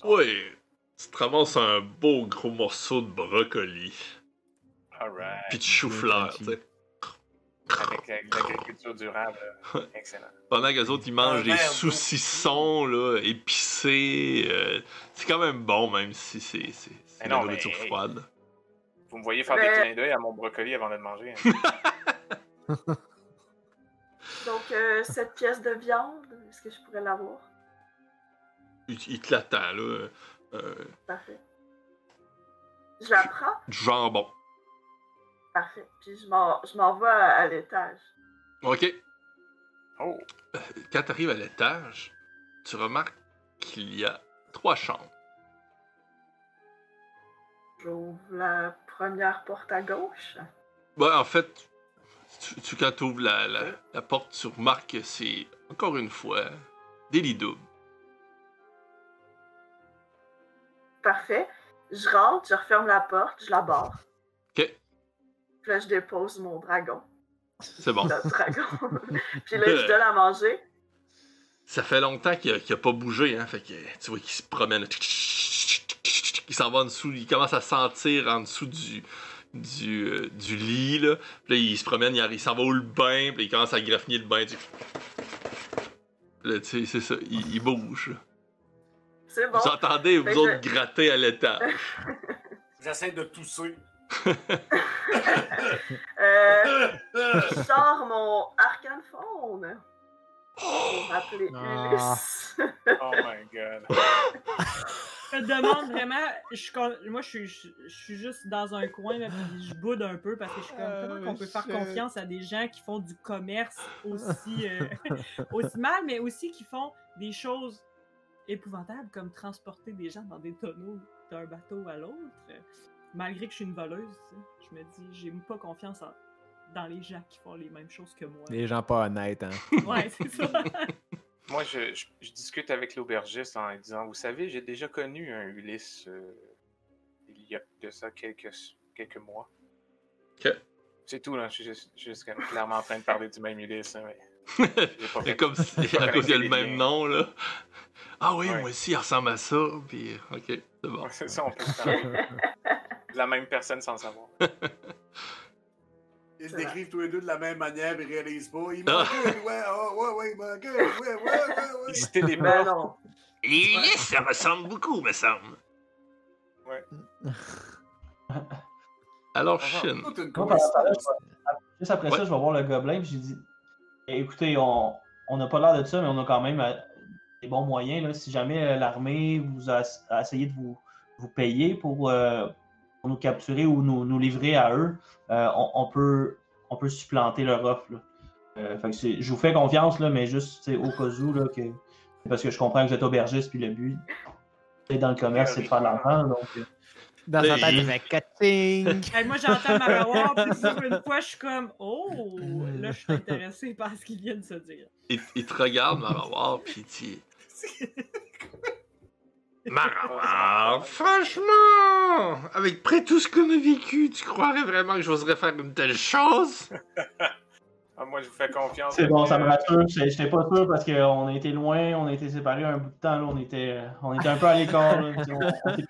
S5: genre-
S2: Ouais, tu te ramasses un beau gros morceau de brocoli.
S5: Alright.
S2: Puis de chou-fleur, tu
S7: crunchy.
S2: sais.
S5: Avec euh, l'agriculture durable. euh, Excellent.
S2: Pendant que les autres, ils mangent
S8: Un
S2: des
S8: verre d'eau.
S2: saucissons, là, épicés. euh, c'est quand même bon, même si c'est c'est- c'est
S5: Mais
S2: de
S5: non,
S2: la
S5: mais-
S2: nourriture froide.
S5: Vous me voyez faire des
S3: Mais-
S5: clins d'œil à mon brocoli avant de le manger. hein.
S3: Donc, euh, cette pièce de viande, est-ce que je pourrais l'avoir?
S2: Il, il te l'attend, là. euh,
S3: Parfait. Je la prends?
S2: du jambon.
S3: Parfait. Puis je m'en je m'en vais à, à l'étage.
S2: OK. Euh,
S5: Oh,
S2: Quand t'arrives à l'étage, tu remarques qu'il y a trois chambres.
S3: J'ouvre la première porte à gauche.
S2: Ouais, en fait, tu, tu- quand tu ouvres la, la- la porte, tu remarques que c'est, encore une fois, des lits doubles.
S3: Parfait. Je rentre, je referme la porte, je la barre.
S2: Ok.
S3: Puis là, je dépose mon dragon.
S2: C'est bon.
S3: Notre dragon. Puis là, je donne à manger.
S2: Ça fait longtemps qu'il a, qu'il a pas bougé, hein. Fait que tu vois qu'il se promène. Il s'en va en dessous. Il commence à sentir en dessous du, du, euh, du lit, là. Puis là, il se promène, il, arri- il s'en va au le bain, puis il commence à graffiner le bain. tu- Là, tu sais, c'est ça. Il, il bouge. là.
S3: C'est bon.
S2: Vous entendez, vous
S3: Fait que
S2: autres, gratter à l'étage.
S8: J'essaie de tousser.
S3: Euh, je sors mon arcane faune. Pour appeler
S7: Ah.
S3: Ulysse.
S5: Oh my god.
S9: Je me demande vraiment, je suis con- moi je suis, je, je suis juste dans un coin là, puis je boude un peu parce que je suis comme
S7: Euh,
S9: comment qu'on peut faire
S7: je-
S9: confiance à des gens qui font du commerce aussi euh, aussi mal, mais aussi qui font des choses épouvantables comme transporter des gens dans des tonneaux d'un bateau à l'autre. Malgré que je suis une voleuse, tu sais, je me dis j'ai pas confiance en- dans les gens qui font les mêmes choses que moi.
S7: Les gens pas honnêtes, hein.
S9: Ouais, c'est ça.
S5: Moi, je, je- je discute avec l'aubergiste en lui disant Vous savez, j'ai déjà connu un Ulysse euh, il y a de ça quelques, quelques mois.
S2: Ok.
S5: C'est tout, là. Je suis juste, je suis juste comme clairement en train de parler du même Ulysse. hein, mais j'ai pas
S2: C'est
S5: fait-
S2: comme si, à cause qu'il y a le même nom, là. Ah oui,
S5: Ouais.
S2: moi aussi, il ressemble à ça, puis ok, c'est bon.
S5: C'est ça, on peut se parler de la même personne sans le savoir.
S8: Ils se
S3: C'est vrai.
S8: décrivent tous les deux de la même manière, mais ils réalisent pas. Il manque un, ouais, oh, ouais, ouais, il manque un, ouais, ouais, ouais, ouais.
S5: Ils se téléportent.
S3: Ben non.
S2: Et yes, ça ressemble beaucoup, me semble. Alors, Shin,
S8: Toute une
S10: Moi, par-
S8: coïncidence.
S10: par là, je vais- juste après
S2: Ouais.
S10: ça, je vais voir le gobelin et j'ai dit Eh, écoutez, on on n'a pas l'air de ça, mais on a quand même euh, des bons moyens. Là. Si jamais euh, l'armée vous a, a essayé de vous, vous payer pour, euh, pour nous capturer ou nous, nous livrer à eux, euh, on, on peut, on peut supplanter leur offre. là. Euh, fait que c'est- je vous fais confiance, là, mais juste tu sais, au cas où, là, que, parce que je comprends que vous êtes aubergiste, puis le but d'être dans le commerce, c'est de faire de l'argent. Donc, euh,
S7: Dans sa tête, il fait cutting.
S9: Hey, moi, j'entends Marawar, puis pour une fois, je suis comme « Oh! » Là, je suis intéressée par ce qu'il vient de se dire.
S2: il, il te regarde, Marawar, puis il dit
S5: Ah,
S2: Marawar, Ah, franchement, avec près tout ce qu'on a vécu, tu croirais vraiment que j'oserais faire une telle chose
S5: Ah, moi, je vous fais confiance.
S10: C'est bon,
S5: avec,
S10: ça me
S5: euh,
S10: rassure. J'étais j'étais pas sûr parce qu'on a été loin, on a été séparés un bout de temps. là, on, était, on était un peu à l'écart. là, puis on, on, s'est plus-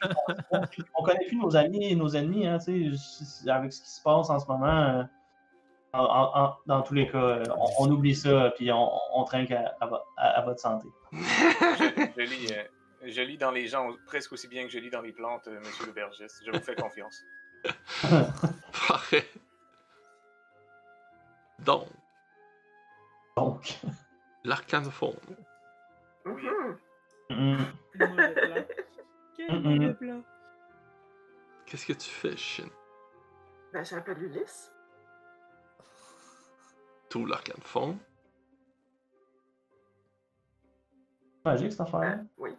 S10: on- on connaît plus nos amis et nos ennemis. Hein, tu sais, je- avec ce qui se passe en ce moment, euh, en- en- en- dans tous les cas, euh, on, on oublie ça puis on, on trinque à, à vo- à- à votre santé.
S5: Je lis, euh, je lis dans les gens presque aussi bien que je lis dans les plantes, euh, monsieur l'aubergiste. Je vous fais confiance.
S2: Parfait. Donc,
S10: Donc,
S2: l'arcane fond.
S3: Mhm.
S10: mm,
S9: Quel mauvais plan. Quel
S10: Mm-mm.
S9: mauvais plan.
S2: Qu'est-ce que tu fais, Shin
S3: Ben j'appelle Ulysse.
S2: Tout l'arcane fond.
S10: magique cette affaire.
S3: Hein? Oui.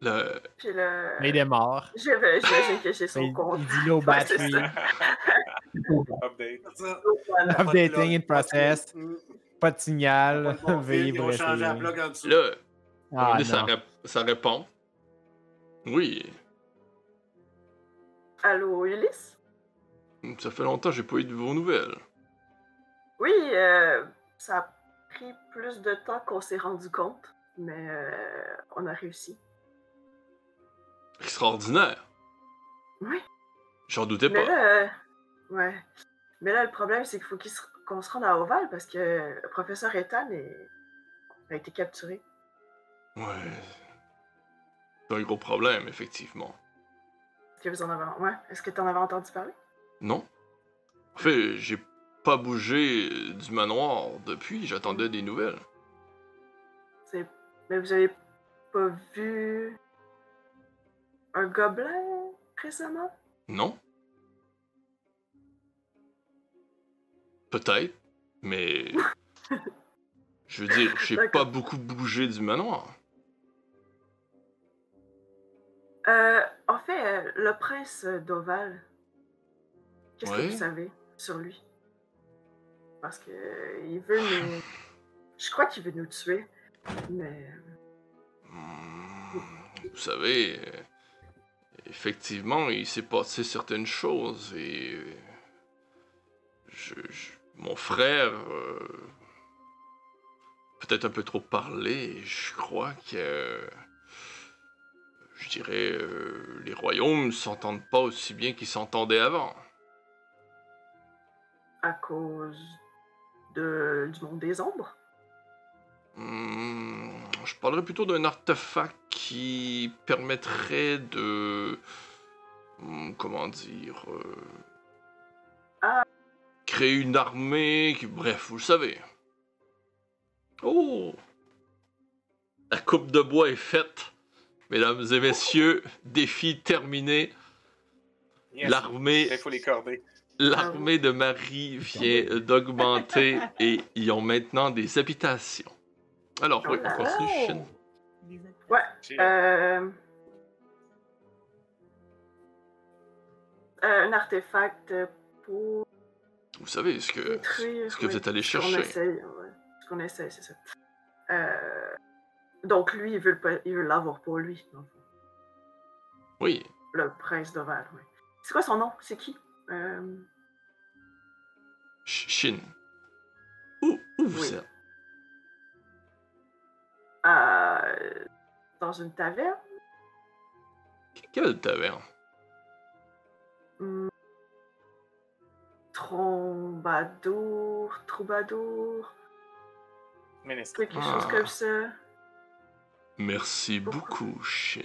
S2: Le,
S3: Puis le.
S7: Mais il est mort.
S3: Je vais, j'imagine que j'ai son
S7: Il,
S3: compte.
S7: il dit low
S3: Ouais, c'est
S7: battery.
S5: Update.
S8: Ça,
S3: Voilà.
S8: pas de
S7: Updating
S8: log.
S7: in process.
S8: Mm.
S7: Pas de
S8: Pas
S7: signal.
S8: de bon fil,
S7: Veuillez
S8: Ils
S7: vous
S8: ont changé la
S7: retirer.
S8: plug en dessous.
S2: Là,
S7: Ah,
S2: regardez sa,
S7: non.
S2: rép- sa réponse. Oui,
S3: Allô, Ulysse?
S2: ça fait longtemps que j'ai pas eu de vos nouvelles.
S3: Oui, euh, ça a pris plus de temps qu'on s'est rendu compte, mais euh, on a réussi.
S2: Extraordinaire.
S3: Oui.
S2: J'en doutais
S3: Mais
S2: pas.
S3: là, euh, ouais. Mais là, le problème, c'est qu'il faut qu'il se- qu'on se rende à Oval parce que le professeur Ethan est- a été capturé.
S2: Ouais. C'est un gros problème, effectivement.
S3: Est-ce que vous en avez, ouais. Est-ce que tu en avais entendu parler?
S2: Non. En fait, j'ai pas bougé euh, du manoir depuis, j'attendais des nouvelles.
S3: C'est- Mais vous avez pas vu un gobelin récemment?
S2: Non? Peut-être, mais. Je veux dire, j'ai pas
S3: D'accord.
S2: beaucoup bougé du manoir.
S3: Euh, en fait, euh, le prince d'Oval, qu'est-ce
S2: Ouais.
S3: que vous savez sur lui? Parce que euh, il veut nous. Je crois qu'il veut nous tuer. Mais.
S2: Hmm, Vous savez, euh, effectivement, il s'est passé certaines choses et euh, je- je- mon frère euh, peut-être un peu trop parlé. et Je crois que euh, je dirais euh, les royaumes s'entendent pas aussi bien qu'ils s'entendaient avant.
S3: à cause de, du monde des ombres.
S2: Hmm, je parlerais plutôt d'un artefact qui permettrait de. hum, Comment dire. euh,
S3: Ah.
S2: Créer une armée. Qui... Bref, vous le savez. Oh La coupe de bois est faite. Mesdames et messieurs, défi terminé.
S5: Yes.
S2: L'armée
S5: Il faut les corder.
S2: L'armée de Marie vient d'augmenter et ils ont maintenant des habitations. Alors, oui, on continue.
S9: Oh!
S2: Shin.
S9: Les amis.
S3: Ouais.
S5: J'ai-
S3: Euh... euh, un artefact pour
S2: Vous savez ce que,
S3: détruire.
S2: ce que vous
S3: ouais,
S2: êtes allé
S3: ce qu'on
S2: chercher.
S3: essaye, ouais. Ce qu'on essaye, c'est ça. Euh, Donc lui, il veut le pa- il veut l'avoir pour lui. donc,
S2: Oui,
S3: Le prince d'Oval, oui. C'est quoi son nom? C'est qui? Euh,
S2: Sh- Shin. Où, où vous
S3: Oui.
S2: êtes
S3: à- Euh, Dans une taverne?
S2: Quelle taverne
S3: Hmm. Trombadour, troubadour,
S5: Ministre.
S3: c'est quelque chose
S2: Ah.
S3: comme ça.
S2: Merci beaucoup, Shin.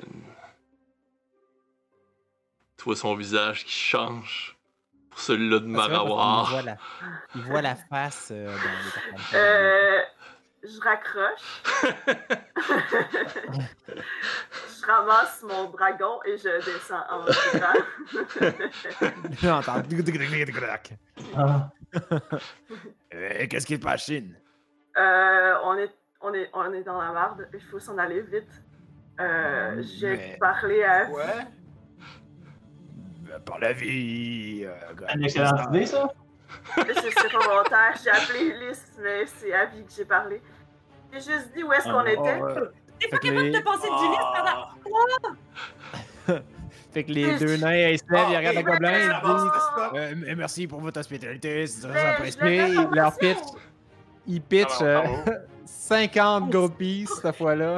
S2: Tu vois son visage qui change pour celui-là de
S7: Ah, c'est vrai, parce qu'il
S2: Marawar.
S7: voit la- Il voit la face euh, dans les cartons.
S3: Euh, je raccroche. je ramasse mon dragon et je descends en courant.
S7: Puis on entend glouc, glouc, glouc, glouc.
S10: Ah,
S7: Euh, Qu'est-ce qui est pas Chine?
S3: Euh, on, est, on, est, on est dans la marde, il faut s'en aller vite. Euh, J'ai
S7: Ouais.
S3: parlé à...
S8: Ouais.
S7: Euh, Par la vie. euh, gars.
S10: une excellente idée, ça.
S3: C'est c'est pas volontaire, j'ai appelé Ulysse, mais c'est à vie que j'ai parlé. J'ai juste dit où est-ce qu'on
S7: Oh,
S3: était.
S7: ouais.
S9: T'es pas
S7: Fait que
S9: capable
S7: les-
S9: de passer du lit pendant.
S7: Fait que les deux nains, ils se lèvent,
S8: Oh,
S7: ils
S8: Ah,
S7: regardent le gobelin,
S3: mais-
S7: ils
S3: Ah.
S7: disent euh, m- Merci pour votre hospitalité, c'est
S3: Mais
S7: très apprécié.
S3: je
S7: Ils
S3: l'avais
S7: leur
S3: pas
S7: pitch,
S3: mentionné.
S7: ils pitchent euh,
S5: Ah, bravo.
S7: 50 groupies cette fois-là.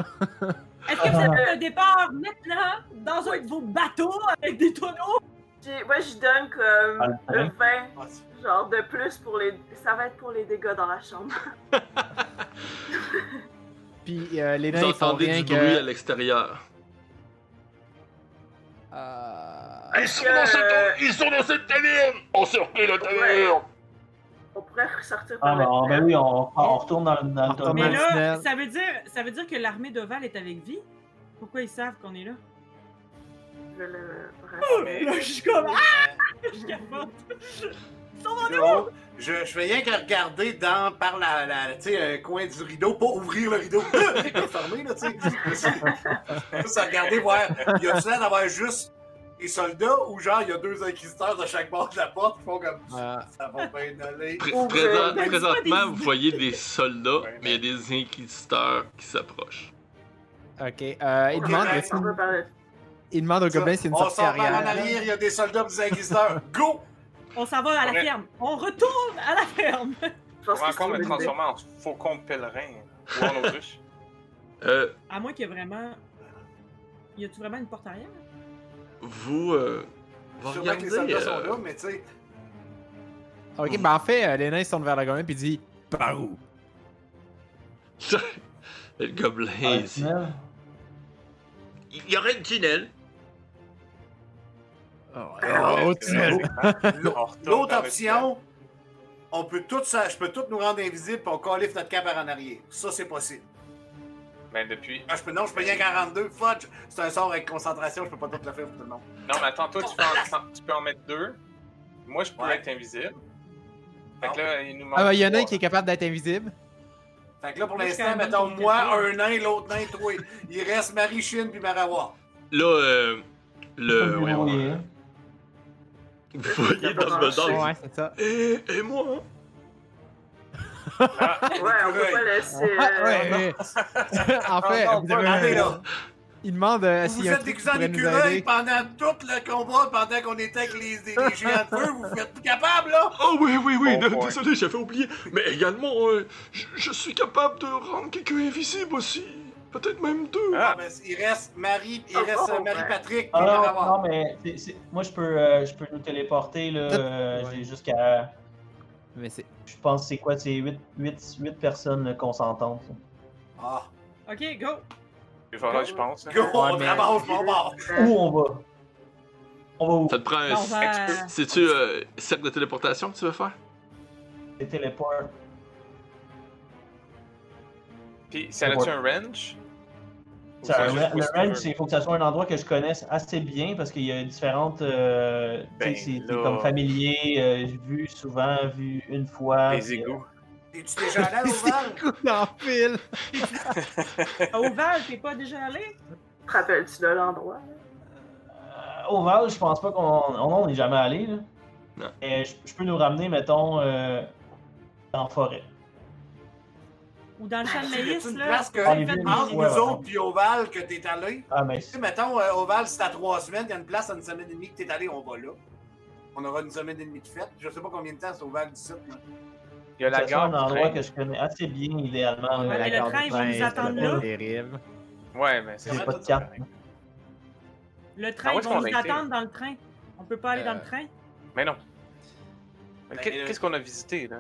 S9: Est-ce que vous
S7: Ah.
S9: avez un départ maintenant dans un de vos bateaux avec des tonneaux?
S3: J'ai- Moi, je donne comme
S10: Ah, le
S3: euh,
S10: pain.
S3: 20, genre de plus pour les. Ça va être pour les dégâts dans la chambre.
S7: Puis euh, les
S2: Vous
S7: nains, ils font
S2: entendez
S7: rien
S2: du bruit à
S7: que.
S2: l'extérieur.
S7: Euh,
S2: Ils
S3: sont dans cette-
S2: ils sont dans cette taverne On surprit la
S3: taverne! On pourrait ressortir
S10: Ah,
S3: par
S10: ben, on-
S3: le.
S10: ben oui, on, on retourne dans, le- dans
S7: On
S10: le
S7: retourne
S9: Mais
S7: dans
S10: tonneau.
S9: là,
S7: Martinelle.
S9: ça veut dire, ça veut dire que l'armée d'Oval est avec vie? Pourquoi ils savent qu'on est là?
S3: le- le-
S5: mais-
S9: Là, je suis comme. Ah! Je capote. Ils sont dans-
S8: Non, je, je fais rien que regarder dans, par la, la, tu sais, un coin du rideau, pas ouvrir le rideau, pas fermé, là, tu sais. Juste regarder, voir, il y a du l'air d'avoir juste des soldats ou genre, il y a deux inquisiteurs de chaque bord de la porte qui font comme
S7: euh,
S8: ça va bien aller.
S2: Pré-
S3: Ouvrez,
S2: présent-
S9: donne-moi des
S2: présentement, vous
S9: idées.
S2: voyez des soldats,
S5: Ouais,
S2: mais il y a des inquisiteurs qui s'approchent.
S7: ok. Euh, il,
S8: Ok,
S7: demande,
S8: ben,
S7: si-
S3: On va par le.
S7: il demande au gobelin s'il y a ben, une
S8: On
S7: sortie
S8: s'en va en
S7: arrière.
S8: arrière, il y a des soldats des inquisiteurs. Go!
S9: On s'en va à la
S5: Ouais.
S9: ferme. On retourne à la ferme.
S3: Je
S5: On
S3: pense
S5: va
S3: que c'est
S5: encore
S3: une
S5: me
S3: bonne idée.
S5: transformer en faucon pèlerin. Ou en autruche.
S2: Euh,
S9: À moins qu'il y ait vraiment. Y a-tu vraiment une porte arrière?
S2: vous, euh, vous
S8: Sûrement que
S2: regardez,
S8: les soldats sont
S2: euh,
S8: là, mais tu sais,
S7: Ok, ben en fait, euh, les nains, ils se tournent vers le gobelin, puis ils disent Par où
S2: le
S7: Ah,
S10: Dans
S2: gobelin
S10: le
S2: ici.
S10: tunnel.
S2: Il y aurait une tunnel.
S5: Euh,
S7: Oh, Au tunnel.
S5: On retourne
S8: l'autre
S5: par le tunnel.
S8: option, on peut tout ça, je peux tout nous rendre invisibles puis on calife notre camp par en arrière. Ça, c'est possible.
S5: Ben, depuis.
S8: Ah, je peux, non, je peux rien 42. Fudge! C'est un sort avec concentration, je peux pas tout le faire pour tout le monde.
S5: Non, mais attends, toi, tu peux en, tu peux en mettre deux. Moi, je peux
S8: Ouais.
S5: être invisible. Fait
S8: Bon.
S5: que là, il nous manque.
S7: Ah, ben, il y en a un
S5: trois.
S7: qui est capable d'être invisible.
S8: Fait que là, pour
S9: Moi, je suis
S8: l'instant,
S9: un nain
S8: mettons,
S9: qui
S8: moi,
S9: fait
S8: un nain, l'autre nain, toi. Il reste Marie-Chine puis Marawa.
S2: Là, euh, le.
S10: Comme
S2: voyons,
S10: débrouiller.
S2: euh, vous voyez Dumbledore.
S9: Ah
S7: Ouais, c'est ça.
S2: Et, et Eh, moi hein.
S3: Ouais, on peut pas laisser.
S7: Ah,
S3: euh,
S7: ouais, ouais. en
S9: Ah,
S7: fait,
S5: non,
S7: vous
S5: pas
S7: avez un-
S8: Attendez, là.
S7: il demande euh,
S8: Vous
S7: s'il
S8: vous
S7: y a un
S8: êtes
S7: truc qui
S8: déguisés en
S7: pourrait nous
S8: écureuil
S7: aider.
S8: pendant tout le combat, pendant qu'on était avec les, les- les géants de feu. Vous êtes plus capable, là?
S2: Oh oui, oui, oui,
S5: Bon
S2: de-
S5: point.
S2: désolé, j'avais oublié. Mais également, euh, je, je suis capable de rendre quelqu'un invisible aussi. Peut-être même deux.
S5: Ah.
S8: Ah, ben, il reste Marie, il
S3: Oh,
S8: reste
S3: oh,
S8: euh, Marie-Patrick puis
S10: Ah non,
S8: Marawa.
S10: non, mais c'est- c'est- moi, je peux, euh, je peux nous téléporter. là,
S7: Peut-
S10: euh,
S7: ouais.
S10: J'ai jusqu'à.
S7: Mais c'est
S10: Je pense que c'est quoi C'est 8, personnes là, consentantes. là.
S8: Ah,
S9: Ok, go!
S5: Il va falloir, je pense. hein.
S8: Go, on
S7: Ouais, mais-
S8: ramasse mon bord.
S3: Euh. ben,
S10: Où on va On va où
S2: Ça te prend un.
S9: On va-
S2: C'est-tu euh, cercle de téléportation que tu veux faire?
S10: Les téléports.
S5: Puis, ça a-tu un range? Ou
S10: Ça,
S5: c'est
S10: le
S5: juste
S10: le
S5: whisper?
S10: range, il faut que ça soit un endroit que je connaisse assez bien parce qu'il y a différentes. euh, tu sais,
S5: Ben
S10: c'est c'est
S5: là.
S10: comme familier, euh, vu souvent, vu une fois.
S5: Les égouts.
S8: Es-tu déjà allé au val?
S7: Non, pile!
S9: À Oval, t'es pas déjà allé?
S3: Te rappelles-tu de l'endroit?
S10: Euh, au Val, je pense pas qu'on on- on n'est jamais allé. là.
S2: Non.
S10: Mais je, je peux nous ramener, mettons, euh, dans la forêt.
S9: Ou dans
S5: Ben,
S9: le champ de maïs,
S8: C'est une
S9: là?
S8: place que,
S7: Ah,
S10: On est
S9: fait
S10: venu une
S9: mal.
S8: entre
S10: fois,
S8: nous
S10: ouais.
S8: autres puis au val que t'es allé,
S10: Ah, mais
S8: Tu sais, mettons, euh, au Val, c'est à trois semaines, il y a une place à une semaine et demie que t'es allé, on va là. On aura une semaine et demie de fête. Je sais pas combien de temps c'est au Val d'ici. mais-
S5: Il y a la
S10: c'est
S5: gare
S10: un
S5: du
S10: endroit
S5: train.
S10: que je connais assez bien, idéalement.
S9: Ouais,
S10: là,
S9: mais
S10: la
S9: le
S10: gare du
S9: train, il va
S10: train,
S9: nous
S10: c'est la
S9: attendre
S10: bonne-
S9: là.
S7: Terrible.
S5: Ouais, mais c'est
S10: J'ai
S5: ça.
S10: pas de carte.
S9: Le train,
S5: Ah, où
S9: ils
S5: est-ce
S9: vont
S5: qu'on a
S9: nous
S5: été?
S9: attendre dans le train. On peut pas aller dans le
S7: Euh,
S9: train?
S5: Mais non. Mais
S8: Ben,
S5: qu'est-
S8: euh,
S5: Qu'est-ce qu'on a visité, là?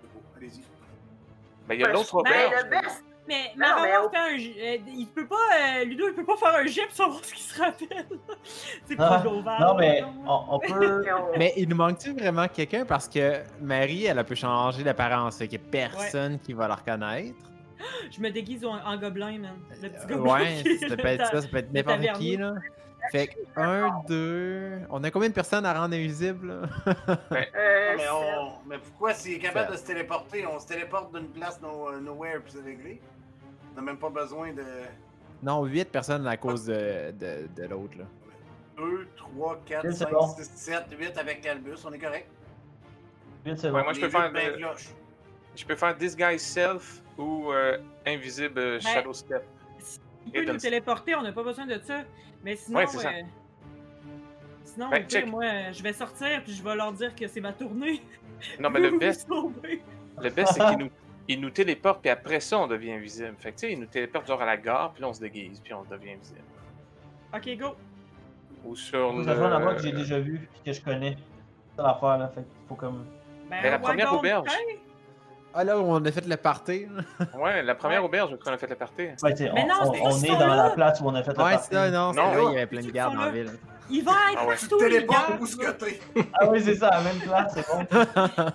S8: C'est beau, Allez-y.
S5: Ben, il y a
S3: Ben,
S5: l'autre
S3: ben,
S5: auberge.
S3: le best,
S9: Mais
S3: Non,
S9: Mararon
S3: mais on-
S9: fait un. j- euh, il peut pas. euh, Ludo, il peut pas faire un jet pour savoir ce qu'il se rappelle. C'est pas
S10: Ah,
S9: d'Oval.
S10: Non, mais
S9: mettons, là.
S10: on, on peut.
S3: c'est on-
S7: Mais il nous manque-tu vraiment quelqu'un? Parce que Marie, elle a pu changer d'apparence. Il n'y a personne qui va la reconnaître.
S9: Je me déguise en, en gobelin, man. Le petit
S7: Euh,
S9: gobelin.
S7: ouais,
S9: qui est
S7: ça
S9: là
S7: peut être
S9: dans-
S7: ça, ça peut être n'importe
S9: tavernier.
S7: qui, là. Fait que, un, deux... On a combien de personnes à rendre invisibles, là?
S3: euh,
S8: Ah, mais,
S3: c'est-
S8: on- mais pourquoi s'il est capable
S7: Sept.
S8: de se téléporter, on se téléporte d'une place no- euh, nowhere puis c'est réglé? On n'a même pas besoin de
S7: Non, huit personnes à cause de, de, de l'autre, là.
S8: 2, 3, 4,
S10: Une
S8: 5,
S10: seconde.
S8: 6, 7, 8 avec Calbus, on est correct.
S10: Vite, c'est
S5: Ouais,
S10: bon.
S5: moi, je peux
S8: Les huit
S5: faire,
S8: ben
S5: euh,
S8: cloches.
S5: je peux faire Disguise Self ou euh, Invisible euh, Shadow Step.
S9: Il peut nous téléporter, on n'a pas besoin de ça. Mais sinon.
S5: Ouais, c'est ça.
S9: euh, Sinon,
S5: Ben,
S9: au pire,
S5: check.
S9: moi, euh, je vais sortir puis je vais leur dire que c'est ma tournée.
S5: Non, mais le
S9: Vous
S5: best,
S9: vous sauvez.
S5: le best c'est qu'il nous, il nous téléporte, puis après ça, on devient invisible. Fait que, tu sais, il nous téléporte genre à la gare, puis là, on se déguise, puis on devient invisible.
S9: Ok, go.
S5: Ou sur
S10: Faut
S5: le...
S10: que ça soit un endroit que j'ai
S9: euh,
S10: déjà vu et que je connais. C'est ça l'affaire, là. Fait que faut comme.
S9: Ben,
S5: Mais la
S9: wagon
S5: première
S9: de
S5: auberge.
S9: train.
S7: Ah, là, on a fait le party, là.
S5: Ouais, la première
S9: Ouais.
S5: auberge, quand on a fait la partie.
S10: Ouais, tu sais,
S9: Mais
S10: on,
S9: non,
S10: on-
S9: c'est
S10: on
S9: juste
S10: est
S9: ça,
S10: dans
S9: là.
S10: la place où on a fait
S7: Ouais,
S10: la partie.
S7: c'est ça, non, c'est
S5: Non,
S7: là, il y avait plein
S9: c'est
S7: de
S9: qu'ils
S7: gardes
S9: sont
S7: dans la
S9: là.
S7: ville.
S9: Il va être
S5: Ah ouais.
S9: partout, les
S8: Téléporte
S9: gars.
S8: où ce que t'es.
S10: Ah oui, c'est ça, à la même place, c'est bon.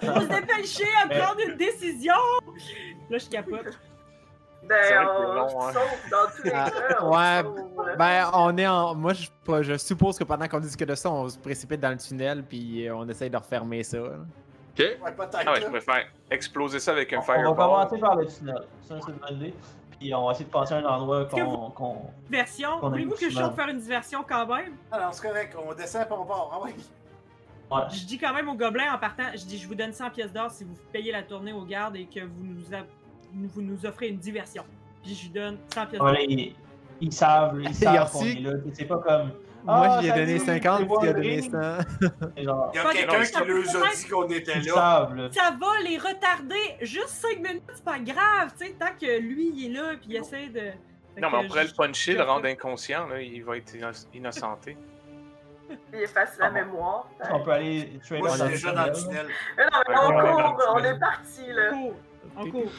S9: Il faut se dépêcher à prendre une décision. Là, je capote.
S5: C'est vrai
S3: Ben,
S5: que c'est
S3: on
S5: long, hein.
S3: sauve dans tous les
S7: Ah,
S3: cas. on
S7: ouais,
S3: sauve, euh,
S7: Ben, on est en. Moi, je, pas- je suppose que pendant qu'on discute de ça, on se précipite dans le tunnel, puis euh, on essaye de refermer ça. là.
S2: Ok.
S8: Ouais, peut-être.
S5: Ah ouais, je
S8: là.
S5: préfère exploser ça avec
S10: On,
S5: un
S10: on
S5: fireball.
S10: va commencer par le tunnel. Ça, c'est une bonne idée. Puis on va essayer de penser à un endroit qu'on. qu'on-
S9: Diversion.
S10: Qu'on a
S9: Voulez-vous
S10: eu
S9: que je
S10: souvent.
S9: sorte faire une diversion quand même?
S8: Ah non, c'est correct, on descend pas on part. Ah oui.
S10: Ouais.
S9: Je dis quand même au gobelin en partant, je dis je vous donne 100 pièces d'or si vous payez la tournée aux gardes et que vous nous, a- vous nous offrez une diversion. Puis je lui donne 100 pièces d'or.
S10: Ouais, ils, ils savent, ils
S7: Il a
S10: savent qu'on
S7: reçu-
S10: est là. C'est pas comme.
S7: Moi,
S10: Ah,
S7: j'y ai donné
S10: salut,
S7: 50,
S10: voulez-vous
S7: puis il a
S10: un
S7: donné
S10: drink?
S7: 100.
S10: C'est genre,
S8: Il y a
S9: Fuck,
S8: quelqu'un
S5: non,
S8: qui nous a dit qu'on était
S10: ils
S8: là.
S10: savent, là.
S9: Ça va les retarder juste 5 minutes, c'est pas grave, tu sais, tant que lui il est là puis il essaie de. Fait
S5: Non, mais
S9: que
S5: on pourrait
S9: je-
S5: le puncher, le
S9: je-
S5: rendre inconscient, là, il va être inno- innocenté.
S3: Il efface la
S10: Ah bon.
S3: mémoire. Ben,
S10: On peut aller trade
S8: Moi, je
S10: dans
S8: suis
S10: le
S8: déjà dans le
S10: tunnel, là.
S8: tunnel.
S3: mais non, mais
S5: Ouais,
S3: on
S5: ouais, ouais,
S3: court,
S5: dans
S3: on
S5: le
S3: est parti, là.
S9: On court, on court.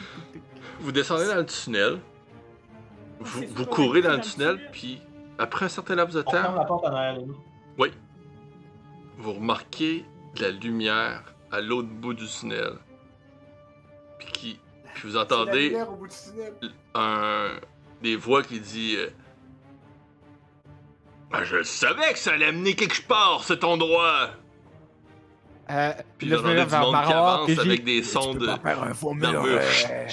S2: Vous descendez dans le tunnel.
S8: Ah,
S2: Vous,
S9: C'est
S2: vous
S9: sûr,
S2: courez
S9: on est
S2: dans le
S9: dans le
S2: tunnel,
S9: tunnel.
S2: puis après un certain laps de
S10: On ferme
S2: temps,
S10: la porte en arrière de nous.
S2: vous remarquez de la lumière à l'autre bout du tunnel. Puis, qui, puis vous
S8: C'est la
S2: entendez
S8: lumière au bout du tunnel.
S2: un, des voix qui dit euh, Ah, Je le savais que ça allait amener quelque part, cet endroit
S7: Euh,
S2: Puis
S7: là,
S2: là,
S7: je me
S2: j'en ai
S7: lève
S2: du
S7: vers
S2: monde qui
S7: Marois,
S2: avance
S7: puis j'ai-
S2: avec des
S7: Tu
S2: sons
S7: peux
S2: de-
S7: pas faire un faux mur.
S2: d'armure.
S7: euh,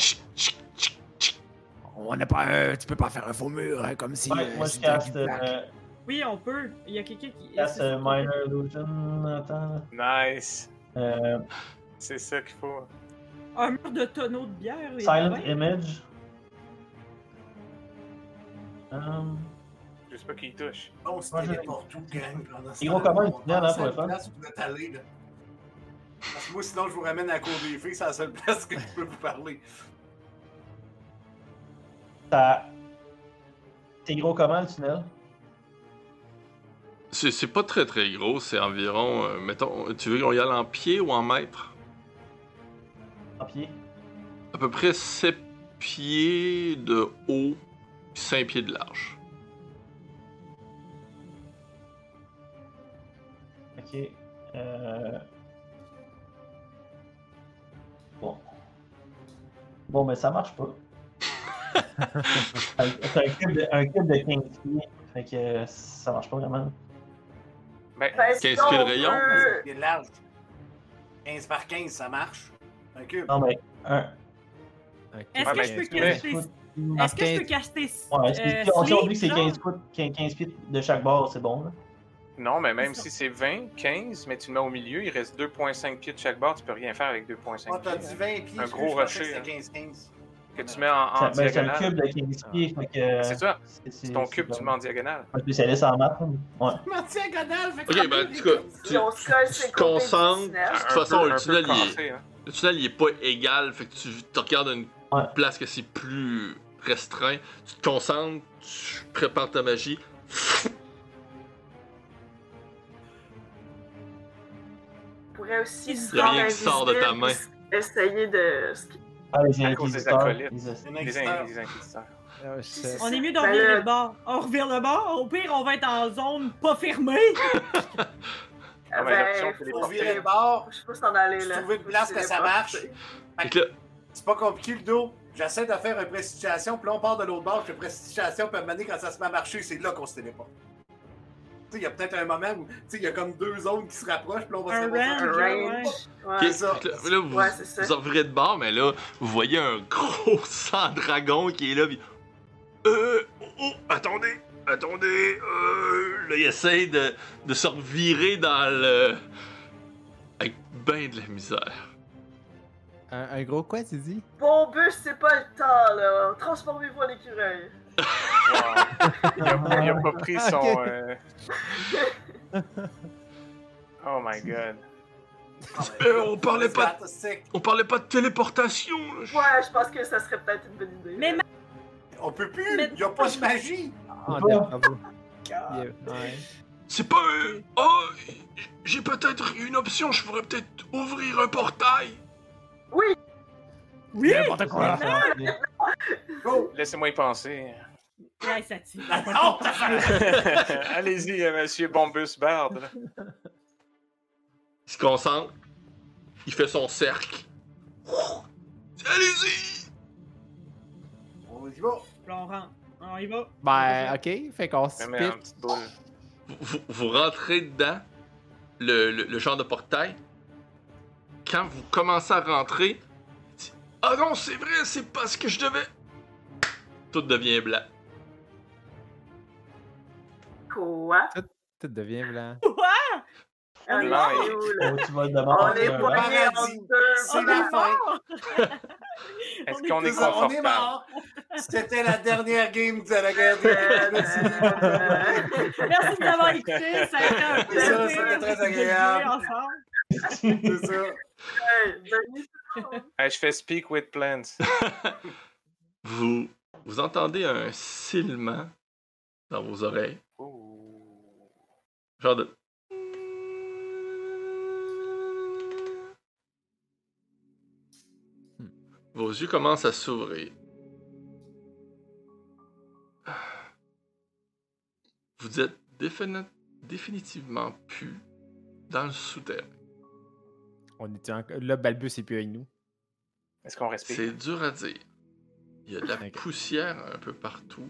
S7: on n'a pas un- Tu peux pas faire un faux mur, hein, comme si.
S10: Ouais,
S7: euh,
S10: moi, je
S7: c'était du
S10: caste,
S7: black.
S10: euh,
S9: Oui, on peut. Il y a quelqu'un qui.
S10: caste euh, Minor Illusion. Attends. là.
S5: Nice!
S10: Euh,
S5: C'est ça qu'il faut. hein.
S9: Un mur de tonneaux de bière. et de
S10: Silent
S9: vin.
S10: Image. Hum,
S5: Je sais pas qui il touche.
S8: On se
S10: Moi, je-
S8: téléporte où, gang, pendant ce
S10: Ils vont
S8: temps-là,
S10: comment,
S8: on
S10: le tunnel,
S8: pense
S10: hein, pour
S8: à
S10: le
S8: la
S10: fun?
S8: place où vous êtes allés, là. Parce que moi, sinon, je vous ramène à la cour des filles, c'est la seule place que je peux vous parler.
S10: ça... C'est gros comment le tunnel?
S2: C'est c'est pas très très gros, c'est environ. euh, mettons, tu veux qu'on y aille en pied ou en mètre
S10: En pied.
S2: À peu près 7 pieds de haut, puis 5 pieds de large.
S10: Ok. Euh... Bon. Bon, mais ça marche pas. C'est un- C'est un cube de, un cube de 15 pieds. Fait que euh, ça marche pas vraiment.
S5: Ben,
S3: Ben,
S2: Qu'est-ce
S3: sinon,
S2: que le
S3: on
S2: rayon?
S3: peut-
S8: C'est large. 15 par 15, ça marche. Un cube.
S10: Non, mais un.
S9: Est-ce
S5: Ouais,
S9: que
S5: ben,
S9: je peux
S5: tu mets-
S9: caster...
S7: Dans
S9: Est-ce que je peux
S7: 15
S9: caster...
S10: Ouais, si-
S9: euh,
S10: si on si on
S9: sleep,
S10: dit que c'est
S9: genre?
S10: 15 pieds, 15, pieds de chaque bord, c'est bon. Là.
S5: non, mais même
S9: C'est ça.
S5: si c'est 20, 15, mais tu le mets au milieu, il reste 2,5 pieds de chaque bord, tu peux rien faire avec 2,5
S8: Oh, t'as
S5: pieds.
S8: dit 20 pieds.
S5: Un
S8: excuse,
S5: gros
S8: je pensais que
S5: rocher, hein.
S8: c'était 15-15.
S5: Que tu mets en, en
S10: Ça- ben, c'est un
S5: Ah, diagonale.
S10: cube de 15 pieds. Fait que,
S5: C'est ça,
S10: c'est-
S5: c'est ton cube,
S10: c'est
S5: tu mets en diagonale.
S10: Un spécialiste en maths. là. Ouais.
S8: Je m'en tiens, Godal, fait que
S2: Ok, ben,
S8: ça
S2: en
S8: peut
S2: tout
S8: les-
S2: cas, tu,
S3: Si on se colle,
S2: tu
S3: c'est
S2: te
S3: côté
S2: concentres.
S3: 19.
S2: De toute
S5: Un
S2: façon,
S5: peu-
S2: le
S5: un peu
S2: tunnel, il est,
S5: cassé, hein.
S2: le tunnel, il est pas égal, fait que tu te regardes à une
S10: Ouais.
S2: place que c'est plus restreint. Tu te concentres, tu prépares ta magie.
S3: On pourrait aussi se
S2: Y a rien
S3: rendre
S2: qui sort de ta
S3: invisible,
S2: main.
S3: puis Essayer de.
S10: Ah, les
S5: À cause des
S10: inquisiteurs,
S5: acolytes.
S10: les os-
S8: Un
S5: Les
S8: inquisiteur.
S5: in- les inquisiteurs.
S7: Euh, je sais.
S9: On est mieux d'en
S3: Ben,
S9: revirer
S3: euh,
S9: le bord. On revire le bord. Au pire, on va être en zone pas fermée.
S5: Ah,
S3: Ah,
S5: mais l'option,
S3: ben,
S5: c'est les
S8: Faut
S5: porter.
S8: virer le bord.
S3: faut- je peux s'en aller
S8: Tu
S3: là.
S8: trouves une place que ça marche.
S2: Fait que là,
S8: C'est pas compliqué le dos. J'essaie de faire une prestigiation, puis là on part de l'autre bord, je fais prestigiation, puis à un moment donné, quand ça se met à marcher, c'est là qu'on se téléporte. Tu sais, il y a peut-être un moment où tu sais, il y a comme deux zones qui se rapprochent, puis là on va
S9: Un
S8: se téléporter.
S3: Un
S9: range,
S3: range.
S2: ok,
S3: Ouais.
S8: c'est ça.
S2: fait que là- là, vous,
S3: Ouais, c'est ça.
S2: vous en revirez de bord, mais là, vous voyez un gros sang dragon qui est là. Puis, euh, oh, attendez, attendez. euh, là, il essaye de, de se revirer dans le. Avec ben de la misère.
S7: Un, un gros quoi, tu dis
S3: Bon bus, c'est pas le temps là. Transformez-vous en écureuil.
S5: Wow. il, a pas, il a pas pris son.
S7: Ok.
S5: euh, Oh my god.
S2: Euh, on parlait
S8: C'est
S2: pas-
S8: à- c'est-
S2: On parlait pas de téléportation. là.
S3: Ouais, je pense que ça serait peut-être une bonne idée.
S9: Mais
S3: là.
S8: On peut plus,
S9: Mais-
S8: il n'y a pas de magie.
S7: Ah,
S10: Bon.
S7: d'accord, bravo. Yeah, ouais.
S2: C'est pas un... Oh, j'ai peut-être une option, je pourrais peut-être ouvrir un portail.
S9: Oui!
S4: N'importe quoi.
S8: Go.
S5: Laissez-moi y penser.
S9: Ouais, ça tire.
S8: Non,
S5: Allez-y, euh, monsieur Bombus Bard. là.
S2: Il se concentre, il fait son cercle. Ouh, Allez-y!
S8: on y va.
S9: Là, on rentre. On y va.
S7: Ben, ok, fait qu'on se
S5: Je me mets en
S7: pique.
S5: petite boule.
S2: Vous- Vous, vous rentrez dedans, le, le- le genre de portail. Quand vous commencez à rentrer, il dit, Ah non, c'est vrai, c'est parce que je devais... Tout devient blanc.
S3: Quoi?
S7: Tout devient blanc.
S9: Ouais!
S3: On
S5: Non,
S3: est
S5: mais-
S3: où, là?
S10: Oh, tu vas de bord,
S3: On
S10: tu vas
S3: est
S10: de
S8: pas-
S10: bord.
S3: poigné en
S8: paradis.
S3: deux.
S8: C'est la fin.
S5: Est-ce qu'on est
S8: C'est ça, On est
S5: confortable?
S8: mort. C'était la dernière game de la guerre.
S3: Euh,
S8: des- Merci.
S3: euh,
S9: Merci de m'avoir écouté. Ça a été un plaisir.
S8: Ça, c'était très
S9: de jouer
S8: agréable.
S9: ensemble.
S8: C'est ça.
S3: euh, Denis,
S5: Hey, je fais speak with plants.
S2: Vous, vous entendez un silement dans vos oreilles.
S5: Ouh.
S2: Genre de.
S7: Hmm.
S2: Vos yeux commencent à s'ouvrir. Vous êtes défini- définitivement plus dans le souterrain.
S7: On était en... Là, Balbus est plus avec nous.
S5: Est-ce qu'on respire?
S2: C'est dur à dire. Il y a de la
S7: Ok.
S2: poussière un peu partout.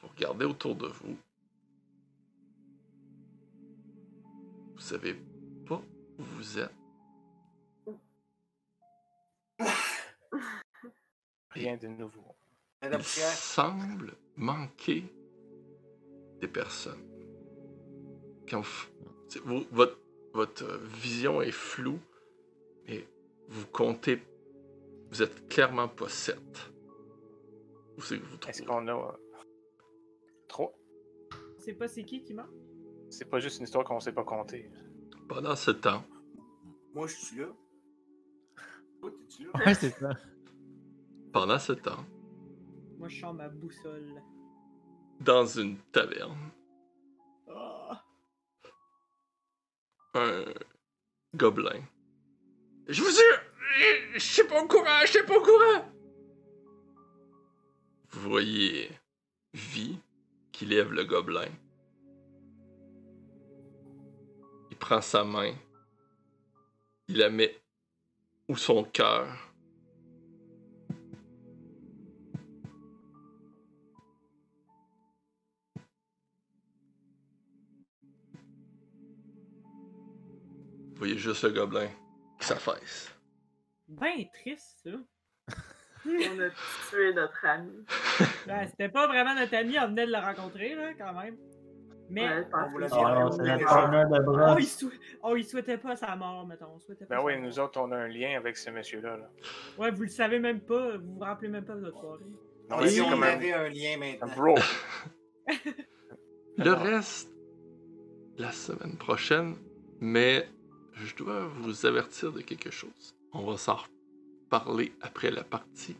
S2: Vous regardez autour de vous. Vous savez pas où vous êtes.
S5: Rien de nouveau.
S8: C'est la
S2: Il
S8: prière.
S2: semble manquer des personnes. Quand vous- c'est- vous- votre, votre vision est floue, mais vous comptez. Vous êtes clairement pas sept. Où c'est que vous
S5: Est-ce
S2: trouvez?
S5: qu'on a. euh, Trois?
S9: Je sais pas c'est qui qui ment.
S5: C'est pas juste une histoire qu'on sait pas compter.
S2: Pendant ce temps,
S8: Moi, je suis là. Toi, t'es-tu là?
S7: Ouais, c'est ça.
S2: pendant ce temps,
S9: Moi, je sens ma boussole.
S2: dans une taverne,
S9: Oh.
S2: Ah. un gobelin. Je vous ai, Je suis pas au courant, je suis pas au courant. Vous voyez Vi qui lève le gobelin. Il prend sa main. Il la met où son cœur. Vous voyez juste le gobelin qui s'affaisse.
S9: Ben triste, ça.
S3: On a tué notre ami.
S9: Ben, c'était pas vraiment notre ami, on venait de le rencontrer, là, quand même. Mais.
S3: Ouais, parce
S8: on vous l'a
S3: que-
S8: dit,
S10: Oh non, c'est notre partner de bras.
S9: Oh, il, sou- oh, il souhaitait pas sa mort, mettons. On souhaitait pas
S5: Ben
S9: sa
S5: oui,
S9: mort.
S5: nous autres, on a un lien avec ce monsieur-là. là.
S9: Ouais, vous le savez même pas, vous vous rappelez même pas de notre soirée.
S5: Non,
S8: Et
S5: mais
S8: si
S5: c'est
S8: on
S5: comme un,
S8: avait un lien
S5: un
S2: Ah.
S8: maintenant.
S5: bro.
S2: Le
S5: Alors.
S2: reste, la semaine prochaine, mais je dois vous avertir de quelque chose. On va s'en reparler après la partie.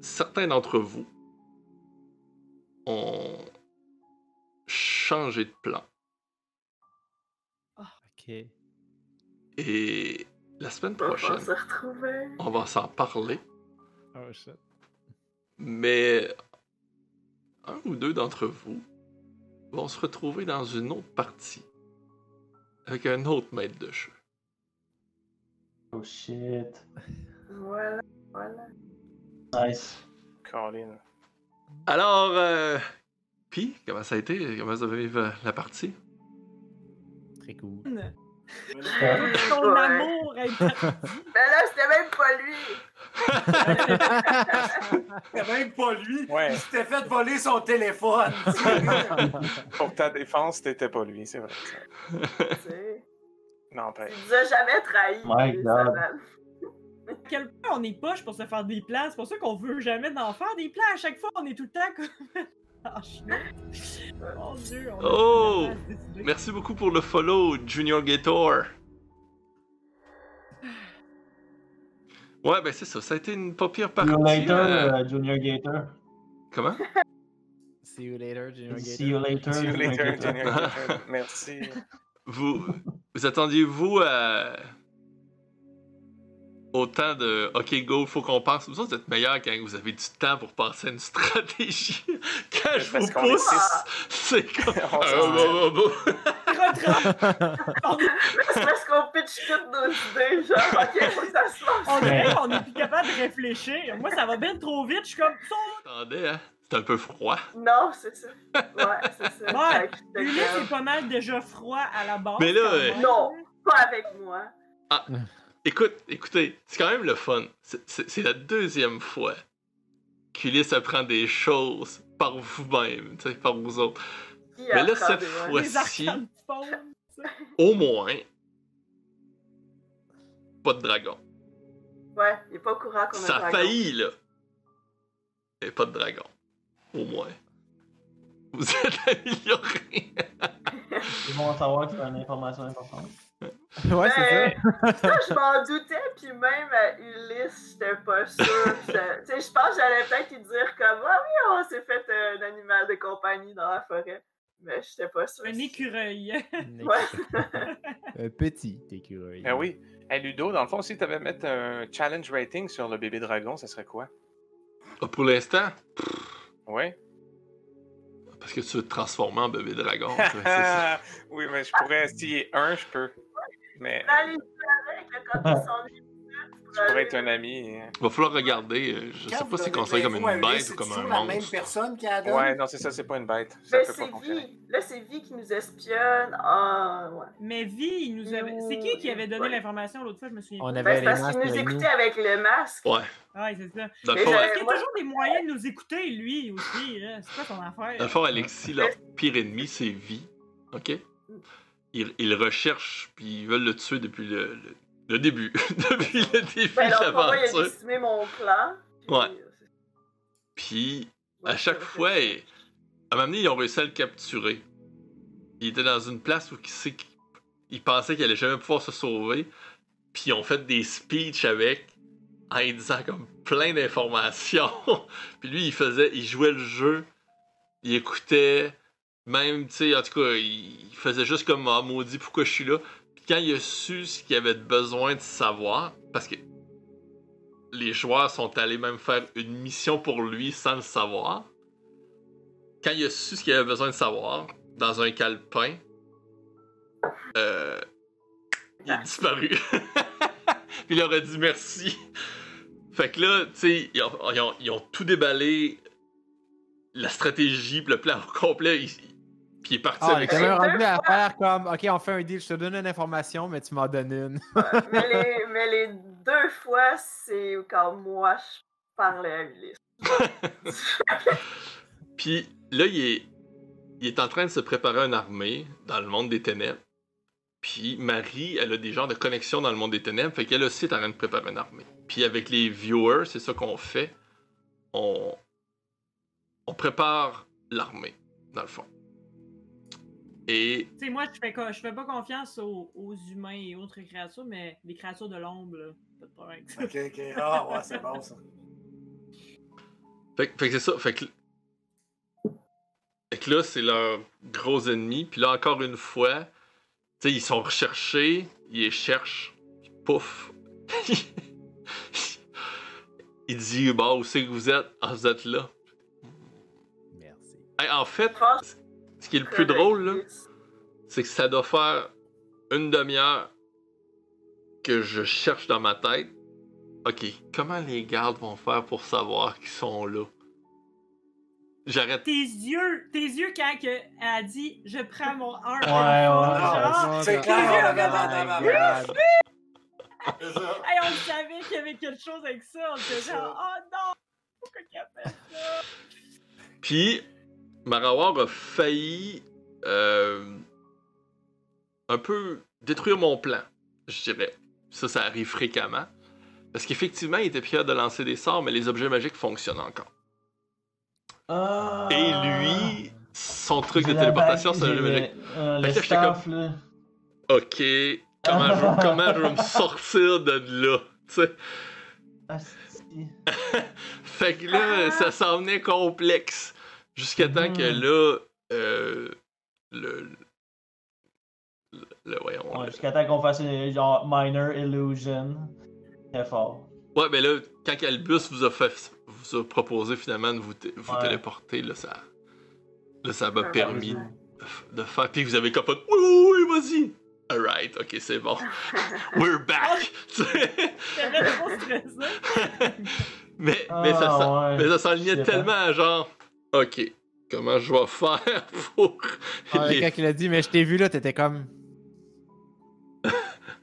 S2: Certains d'entre vous ont changé de plan
S7: Ok.
S2: et la semaine
S3: On va pas
S2: prochaine,
S3: se retrouver.
S2: on va s'en parler. Ah
S7: Oh shit.
S2: Mais un ou deux d'entre vous vont se retrouver dans une autre partie avec un autre maître de jeu.
S10: Oh shit.
S3: Voilà, voilà.
S10: Nice.
S5: Colin.
S2: Alors, euh, puis, comment ça a été? Comment ça va vivre la partie?
S7: Très cool.
S9: Son
S3: Ouais.
S9: amour est
S3: Ben là, c'était même pas lui.
S8: C'était même pas lui.
S5: Ouais.
S8: Il s'était fait voler son téléphone.
S5: Pour ta défense, t'étais pas lui, c'est vrai. ça.
S3: Tu sais.
S5: Non, ben,
S3: Il nous a jamais trahi.
S10: My
S3: lui,
S10: God.
S3: sa dame.
S9: à quel point on est poche pour se faire des plans. C'est pour ça qu'on veut jamais d'en faire des plans. À chaque fois, on est tout le temps comme. Ah, chenoute. Mon dieu, on a
S2: Oh!
S9: finalement à se décider.
S2: Merci beaucoup pour le follow, Junior Gator. Ouais, ben c'est ça. Ça a été une pas pire partie.
S10: See you later,
S2: euh,
S10: euh, Junior Gator.
S2: Comment?
S7: See you later, Junior Gator.
S10: See you later.
S5: see you
S10: Junior
S5: later,
S10: Gator.
S5: Junior Gator. Merci.
S2: Vous, vous attendiez-vous à... Autant de OK, go, faut qu'on pense. Vous autres, vous êtes meilleurs quand vous avez du temps pour penser à une stratégie. Quand
S5: Mais
S2: je
S5: parce
S2: vous
S5: qu'on est
S2: pousse,
S5: six.
S2: c'est comme.
S5: On
S2: Ah,
S5: s'en
S2: bah, bah, bah.
S9: Retraite.
S3: Mais c'est parce qu'on pitch toutes nos idées, genre, ok, faut que ça se passe.
S9: On dirait qu'on est plus capable de réfléchir. Moi, ça va bien trop vite. Je suis comme. Son...
S2: Attendez, hein? C'est un peu froid.
S3: Non, c'est ça. Ouais, c'est ça.
S9: Ouais.
S3: Fait que j'étais
S9: Ulysse
S3: comme,
S9: est pas mal déjà froid à la base.
S2: Mais là,
S9: quand
S2: euh,
S9: même.
S3: Non. Pas avec moi.
S2: Écoute, écoutez, c'est quand même le fun. C'est- C'est c'est la deuxième fois qu'Ulysse apprend des choses par vous-même, tu sais, par vous autres.
S3: Qui
S2: Mais là,
S3: apprend
S2: cette
S3: des- ouais.
S2: fois-
S9: Les
S2: voici-
S9: arcanes fondent.
S2: Au moins, pas de dragon.
S3: Ouais, il est pas au courant qu'on a
S2: Ça
S3: dragon.
S2: a failli, là. Mais pas de dragon. Au moins. Vous êtes amélioré.
S10: Ils vont savoir que c'est une information importante.
S7: ouais, c'est
S3: Ben, ça, je m'en doutais, puis même à Ulysse, j'étais pas sûre. puis ça- Tu sais, je pense que j'allais peut-être lui dire comme Ah oui, on s'est fait euh, un animal de compagnie dans la forêt. Mais j'étais pas sûre.
S9: Un écureuil.
S7: ça.
S3: Ouais.
S7: Un Euh, petit écureuil.
S5: Ben oui. Hey, Ludo, dans le fond, si t'avais mettre un challenge rating sur le bébé dragon, ça serait quoi?
S2: Ah, Pour l'instant,
S5: Ouais.
S2: parce que tu veux te transformer en bébé dragon. tu sais, Ben, c'est ça.
S5: oui, mais je pourrais, s'il est un, je peux. Mais
S3: Allez, avec là, quand ils sont venus,
S5: je pourrais être un ami. hein. et-
S2: Va falloir regarder. euh, Je
S8: Quand
S2: sais
S8: vous
S2: pas si c'est
S8: donnez
S2: considéré comme
S8: des infos à
S2: une bête
S8: Ulysse,
S2: ou comme
S8: c'est
S2: un
S8: toujours la même
S2: monstre.
S8: personne qui la donne.
S5: Ouais, non, c'est ça, c'est pas une bête. Ça
S3: Mais
S5: peut pas
S3: c'est
S5: fonctionner.
S3: Vi. Là, c'est Vi qui nous espionne. Ah, ouais.
S9: Mais Vi, il nous avait. C'est qui qui avait donné
S3: Euh, Ouais.
S9: l'information l'autre fois Je me souviens.
S7: On
S9: pas.
S7: avait
S3: Ben, c'est
S7: les
S3: parce qu'il
S7: masques
S3: nous
S7: avec nous.
S3: écoutait avec le masque.
S2: Ouais.
S9: Ouais, c'est ça.
S2: Dans le
S3: Mais
S2: fond,
S3: j'avais-
S2: euh,
S9: Parce qu'il y a
S3: moi,
S9: toujours des moyens de nous écouter, lui aussi. là. C'est quoi son affaire?
S2: dans le fond, Alexis, leur pire ennemi, c'est Vie. OK? Ils, ils recherchent, puis ils veulent le tuer depuis le, le- le début. depuis le début
S3: Ben,
S2: de
S3: alors, pour moi, il a
S2: l'aventure.
S3: décimé mon plan. puis,
S2: Ouais.
S3: euh, c'est-
S2: Puis,
S3: ouais,
S2: à chaque
S3: c'est-
S2: fois, et- à un moment donné, ils ont réussi à le capturer. Il était dans une place où il, sait qu'il- il pensait qu'il allait jamais pouvoir se sauver. Puis ils ont fait des speeches avec, en lui disant comme plein d'informations. puis lui, il faisait, il jouait le jeu, il écoutait, même, tu sais, en tout cas, il, il faisait juste comme ah, maudit, pourquoi je suis là. Puis quand il a su ce qu'il avait besoin de savoir, parce que les joueurs sont allés même faire une mission pour lui sans le savoir, quand il a su ce qu'il avait besoin de savoir, dans un calepin, euh, il a disparu. Puis il leur a dit merci. Fait que là, tu sais, ils ont, ils ont- ils ont tout déballé, la stratégie, puis le plan au complet. il- Puis il est parti
S7: Ah, on est
S2: avec
S7: quand
S2: ça.
S7: même rendu à faire comme, OK, on fait un deal, je te donne une information, mais tu m'en donnes une.
S3: mais, les, mais les deux fois, c'est quand moi, je parlais à Ulysse.
S2: Puis là, il est, il est en train de se préparer une armée dans le monde des ténèbres. Puis Marie, elle a des genres de connexions dans le monde des ténèbres, fait qu'elle aussi est en train de préparer une armée. Puis avec les viewers, c'est ça qu'on fait. On, on prépare l'armée, dans le fond. Et
S9: Tu sais, moi, je fais, co- je fais pas confiance aux, aux humains et autres créatures, mais les créatures de l'ombre, là, pas de problème avec ça.
S8: Ok, ok. Ah, ouais, c'est bon ça.
S2: Fait, que- fait que c'est ça. Fait que, fait que là, c'est leur gros ennemi. Puis là, encore une fois, tu sais, ils sont recherchés, ils les cherchent, puis pouf! il dit, bah, où c'est que vous êtes? Ah, vous êtes là.
S7: Merci.
S2: Hey, en fait,
S3: Franchement,
S2: ce qui est le plus drôle, là, c'est que ça doit faire une demi-heure que je cherche dans ma tête. Ok, comment les gardes vont faire pour savoir qu'ils sont là? J'arrête
S9: Tes yeux, tes yeux quand que- elle a dit je prends mon 1
S10: Ouais, ouais,
S7: Ah,
S9: genre,
S7: Oh,
S8: c'est
S9: clair.
S8: clair. C'est ça.
S9: hey, on le savait qu'il y avait quelque chose avec ça, on était genre oh non, pourquoi qu'il a fait ça?
S2: Puis, Marawar a failli euh, un peu détruire mon plan, je dirais. Ça, ça arrive fréquemment. Parce qu'effectivement, il était pire de lancer des sorts, mais les objets magiques fonctionnent encore.
S10: Ah.
S2: Et lui, son truc de
S10: J'ai la
S2: téléportation,
S10: bague,
S2: c'est un
S10: j'ai
S2: objet magique.
S10: le- euh,
S2: Fait
S10: Le
S2: que j'étais comme-
S10: staff, là.
S2: Ok, comment je, comment je vais me sortir de là? tu sais?
S10: Ah, Asti.
S2: Fait que
S10: Ah.
S2: là, ça s'en venait complexe. Jusqu'à temps que
S10: Mhm.
S2: là, euh, le. le- le- voyons,
S10: Ouais,
S2: le-
S10: Jusqu'à temps qu'on fasse une genre minor illusion. Très fort.
S2: Ouais, mais là, quand Albus vous a fait, vous a proposé finalement de vous, té- vous
S10: Ouais.
S2: téléporter, là, ça, là, ça m'a
S3: Ah,
S2: permis
S3: ouais.
S2: de, f- de faire. Puis vous avez comme pas de- Oui, oui, oui, vas-y. Alright, ok, c'est bon. We're
S10: Ah.
S2: back. Tu sais?
S9: J'étais vraiment trop stressée.
S2: mais, mais ça,
S10: Ah,
S2: s'en-
S10: ouais.
S2: mais ça
S10: Je
S2: s'enlignait
S10: sais pas.
S2: tellement à genre, ok, comment je vais faire pour
S7: Ah,
S2: les-
S7: Quand il a dit, mais je t'ai vu là, t'étais comme.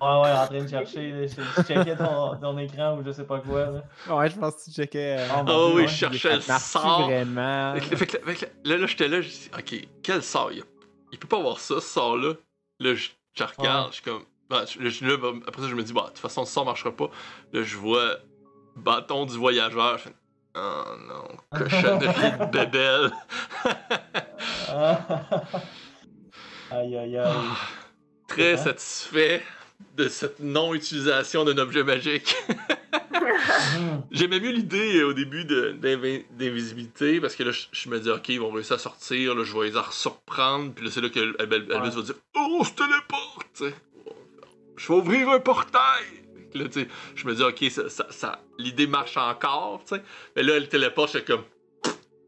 S10: Ouais, ouais, en train de chercher. là, Je je checkais ton, ton écran ou je sais pas quoi. là.
S7: Ouais, je pense que tu checkais. euh,
S2: Ah
S10: Ah, Ouais,
S2: oui,
S10: ouais,
S2: je
S7: il
S2: cherchais le
S7: était parti
S2: sort.
S7: vraiment.
S2: Fait que- fait que- fait que là, là, j'étais là, je dis, ok, quel sort il, y a? il peut pas avoir ça, ce sort-là. Là, je, je regarde,
S10: Ouais.
S2: je suis comme. bah, je- je- là, bah, après ça, je me dis, bah, de toute façon, ce sort marchera pas. Là, je vois bâton du voyageur. Je fais, oh non, cochonnerie de bébelle.
S10: Ah. aïe, aïe, aïe.
S2: Très
S10: Ouais.
S2: satisfait de cette non-utilisation d'un objet magique.
S10: Mhm.
S2: J'aimais mieux l'idée euh, au début de- d'invi- d'invisibilité parce que là, je, je me dis, ok, ils vont réussir à sortir, là, je vais les en surprendre. Puis là, c'est là que Al- Al- Albus
S10: Ouais.
S2: va dire, oh, on se téléporte! tu sais. Je vais ouvrir un portail! Là, tu sais, je me dis, ok, ça, ça- ça- l'idée marche encore, tu sais. Mais là, elle téléporte, je suis comme,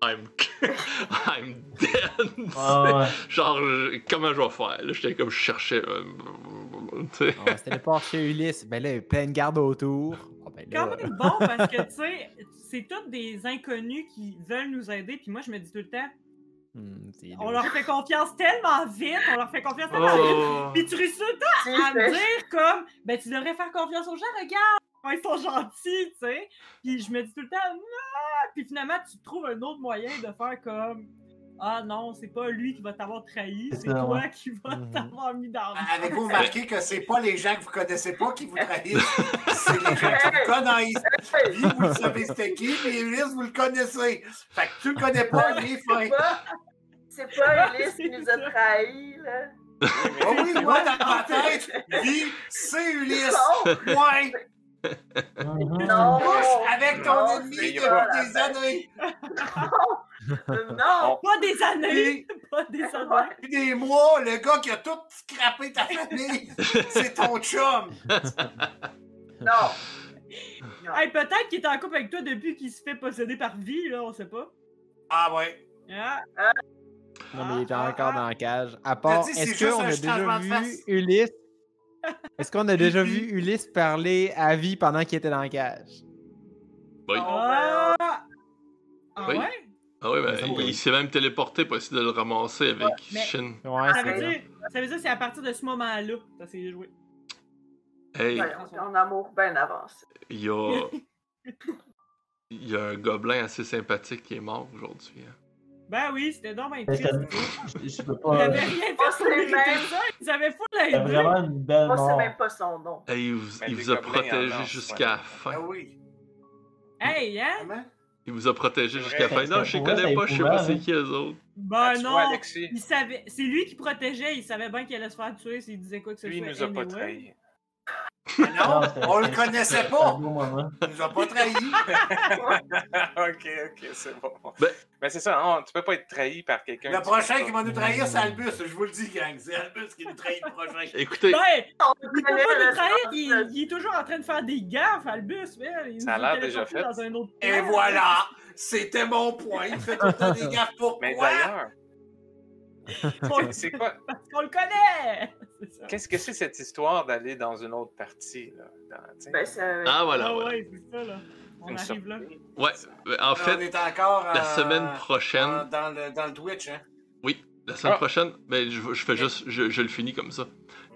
S2: I'm, I'm dead! tu sais.
S10: Ouais, Ah, ouais.
S2: Genre, je- comment je vais faire? Là, j'étais comme, je cherchais. euh, tu sais.
S7: On se téléporte chez Ulysse. Ben là, il y a plein de gardes autour. Ah, ben là,
S9: Quand même bon parce que tu sais, c'est tous des inconnus qui veulent nous aider, puis moi je me dis tout le temps,
S7: hmm, c'est
S9: on
S7: louche.
S9: leur fait confiance tellement vite, on leur fait confiance tellement vite.
S2: Oh.
S9: Puis tu réussis tout
S3: Tu
S2: Ah,
S9: le temps à me
S3: fais-
S9: dire comme, ben tu devrais faire confiance aux gens, regarde, comment ils sont gentils, tu sais. Puis je me dis tout le temps, non! Puis finalement, tu trouves un autre moyen de faire comme, ah non, c'est pas lui qui va t'avoir trahi,
S10: C'est
S9: c'est
S10: ça,
S9: toi
S10: ouais.
S9: qui va
S7: Mhm.
S9: t'avoir mis dans le
S8: Avez-vous remarqué que c'est pas les gens que vous connaissez pas qui vous trahissent, c'est les gens que vous connaissez. Lui, vous le savez c'était qui, mais Ulysse, vous le connaissez. Fait que tu le connais pas, il est fin.
S3: C'est pas- C'est pas
S2: Ah,
S3: Ulysse qui nous a trahis, là.
S8: Oh oui, moi, dans ma tête, lui, c'est Ulysse.
S3: Non,
S8: Ouais,
S10: Mhm.
S3: non.
S8: couche avec ton
S3: Non,
S8: ennemi
S3: c'est
S8: depuis
S3: pas la
S8: des années.
S3: Euh,
S2: Oh.
S3: non!
S9: Pas des années!
S8: Puis,
S9: Pas des années!
S3: Ouais.
S8: puis des mois, le gars qui a tout scrappé ta famille, c'est ton chum.
S3: Non!
S9: Hey, peut-être qu'il est en couple avec toi depuis qu'il se fait posséder par vie, là, on sait pas.
S8: Ah ouais.
S9: Ah,
S7: Non, mais il est
S9: Ah, ah,
S7: encore
S9: ah.
S7: dans la cage. À part,
S8: dit, c'est
S7: est-ce
S8: juste
S7: qu'on
S8: un
S7: a déjà
S8: changement de
S7: vu
S8: face.
S7: Ulysse Est-ce qu'on a déjà vu Ulysse parler à vie pendant qu'il était dans la cage
S2: Oui.
S3: Non.
S9: ah, Ah
S2: Oui.
S9: ouais?
S2: Ah oui, ben,
S7: Ça,
S2: il
S7: oui.
S2: s'est même téléporté pour essayer de le ramasser avec
S9: mais-
S2: Shin.
S8: Ah,
S7: Ouais,
S9: Ça
S7: Ah, c'est
S9: veut
S7: vrai.
S9: dire, ça veut dire que c'est à partir de ce moment-là que ça s'est joué.
S2: Hey,
S3: Ouais, on est en amour bien avancé.
S2: il y
S1: Oh.
S2: a... il y a un gobelin assez sympathique qui est mort aujourd'hui. hein.
S9: Ben oui, c'était normal.
S10: Mais
S9: triste.
S10: c'était- Je, je peux
S9: Ils
S10: pas.
S5: euh,
S9: avaient rien
S3: Oh,
S9: fait pour
S3: c'est
S9: mériter
S3: même-
S9: ça, ils avaient fou la
S10: C'est vraiment une belle
S3: Moi, c'est
S10: mort.
S3: même pas son nom.
S2: Hey, il vous,
S5: Ben,
S2: il
S5: des
S2: vous a
S5: gobelins, il y en a,
S2: protégé
S5: ouais.
S2: jusqu'à la fin.
S8: Ah oui.
S9: Hey, hein?
S8: Comment?
S2: Il vous a protégé
S5: C'est
S2: jusqu'à la
S5: vrai.
S2: fin. Non,
S10: C'est-
S2: je les
S10: pour vrai,
S2: connais
S10: c'est
S2: pas, je sais pas
S10: éprouvant,
S2: c'est
S10: hein.
S2: qui eux autres.
S5: Ah,
S9: Ben
S5: tu vois,
S9: non!
S5: Alexis,
S9: Il savait... C'est lui qui protégeait, il savait bien qu'il allait se faire tuer s'il disait quoi que ce
S5: lui, il
S9: soit.
S5: nous a pas
S9: anyway.
S5: trahis.
S8: Ben Non,
S10: c'était-
S8: on le
S10: c'était-
S8: connaissait
S10: c'était
S8: pas.
S10: un beau moment.
S8: Il nous a pas trahis.
S5: ok, ok, c'est bon.
S2: Ben-
S5: Ben, c'est ça, on- tu peux pas être trahi par quelqu'un.
S8: Le
S5: que tu
S8: prochain
S5: connais
S8: qui
S5: pas.
S8: va nous trahir, c'est Albus. Je vous le dis, gang. C'est Albus qui nous trahit le prochain.
S2: Écoutez,
S9: Ben,
S3: On
S9: il peut
S3: connaît
S9: pas
S3: le
S9: nous trahir,
S3: sens
S9: il, il est toujours en train de faire des gaffes, Albus, man. Il
S5: Ça a
S9: nous
S5: l'air déjà
S9: téléporté
S5: fait.
S9: Dans un autre
S8: Et
S9: plan.
S8: voilà. C'était mon point. Il fait tout le temps des gaffes. Pourquoi?
S5: Mais d'ailleurs,
S9: On-
S5: c'est quoi,
S9: Parce qu'on le connaît! C'est ça.
S5: Qu'est-ce que c'est cette histoire d'aller dans une autre partie? Là, dans- tu sais,
S3: de- Ben, c'est...
S2: ah voilà,
S9: Ah
S2: voilà.
S9: ouais, c'est ça, là. On
S5: une
S9: arrive là.
S5: surprise.
S2: Ouais, ben, en
S8: Là, Ah, on
S2: fait,
S8: est encore
S2: la
S8: en-
S2: semaine prochaine,
S8: en- dans, le, dans le Twitch. Hein?
S2: La semaine
S5: Ah.
S2: prochaine, ben, je, je fais juste, je, je le finis comme ça.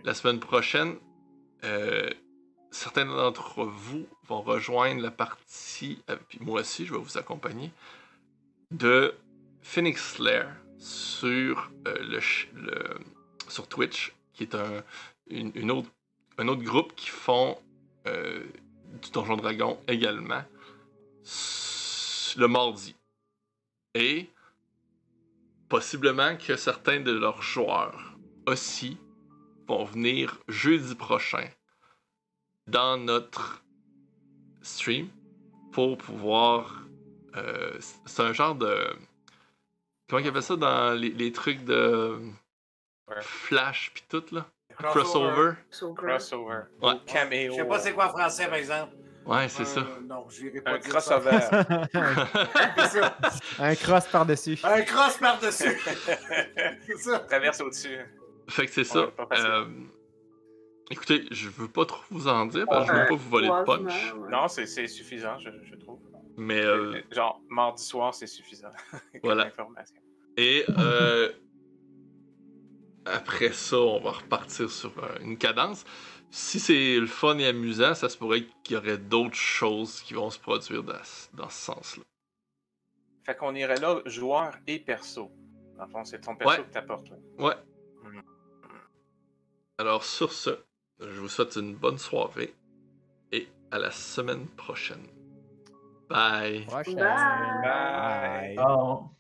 S2: La semaine prochaine, euh, certains d'entre vous vont rejoindre la partie, euh, puis moi aussi, je vais vous accompagner, de Phoenix Lair sur, euh, le, ch- le- sur Twitch, qui est un, une, une autre, un autre groupe qui font euh, du Donjon Dragon également s- le mardi. Et possiblement que certains de leurs joueurs aussi vont venir jeudi prochain dans notre stream pour pouvoir. euh, c'est un genre de. Comment ils appellent ça dans les, les trucs de.
S5: Ouais.
S2: Flash pis tout là?
S8: Crossover.
S2: Crossover?
S3: So good.
S5: Crossover.
S2: Ouais.
S5: Ou Caméo.
S8: Je sais pas c'est quoi en français, par exemple.
S2: Ouais, c'est
S8: Euh,
S2: ça.
S8: Non, je n'irai pas
S5: Un
S8: dire
S5: crossover.
S8: ça.
S7: Un cross par-dessus.
S8: un cross par-dessus. c'est ça.
S5: Traverse au-dessus.
S2: Fait que c'est ça.
S5: Ouais, pas facile.
S2: Euh, écoutez, je veux pas trop vous en dire parce que je veux
S3: Ouais.
S2: pas vous voler de punch.
S3: Croisement, ouais.
S5: Non, c'est c'est suffisant, je, je trouve.
S2: Mais euh,
S5: Genre, mardi soir, c'est suffisant. Comme
S2: Voilà.
S5: information.
S2: Et euh, après ça, on va repartir sur euh, une cadence. Si c'est le fun et amusant, ça se pourrait qu'il y aurait d'autres choses qui vont se produire dans, ce- dans ce sens-là.
S5: Fait qu'on irait là, joueur et perso. Dans le fond, c'est ton perso
S2: Ouais.
S5: que t'apportes. là.
S2: Ouais. Alors sur ce, je vous souhaite une bonne soirée et à la semaine prochaine. Bye.
S7: Prochaine.
S3: Bye.
S5: Bye.
S7: Bye.
S10: Ah, on-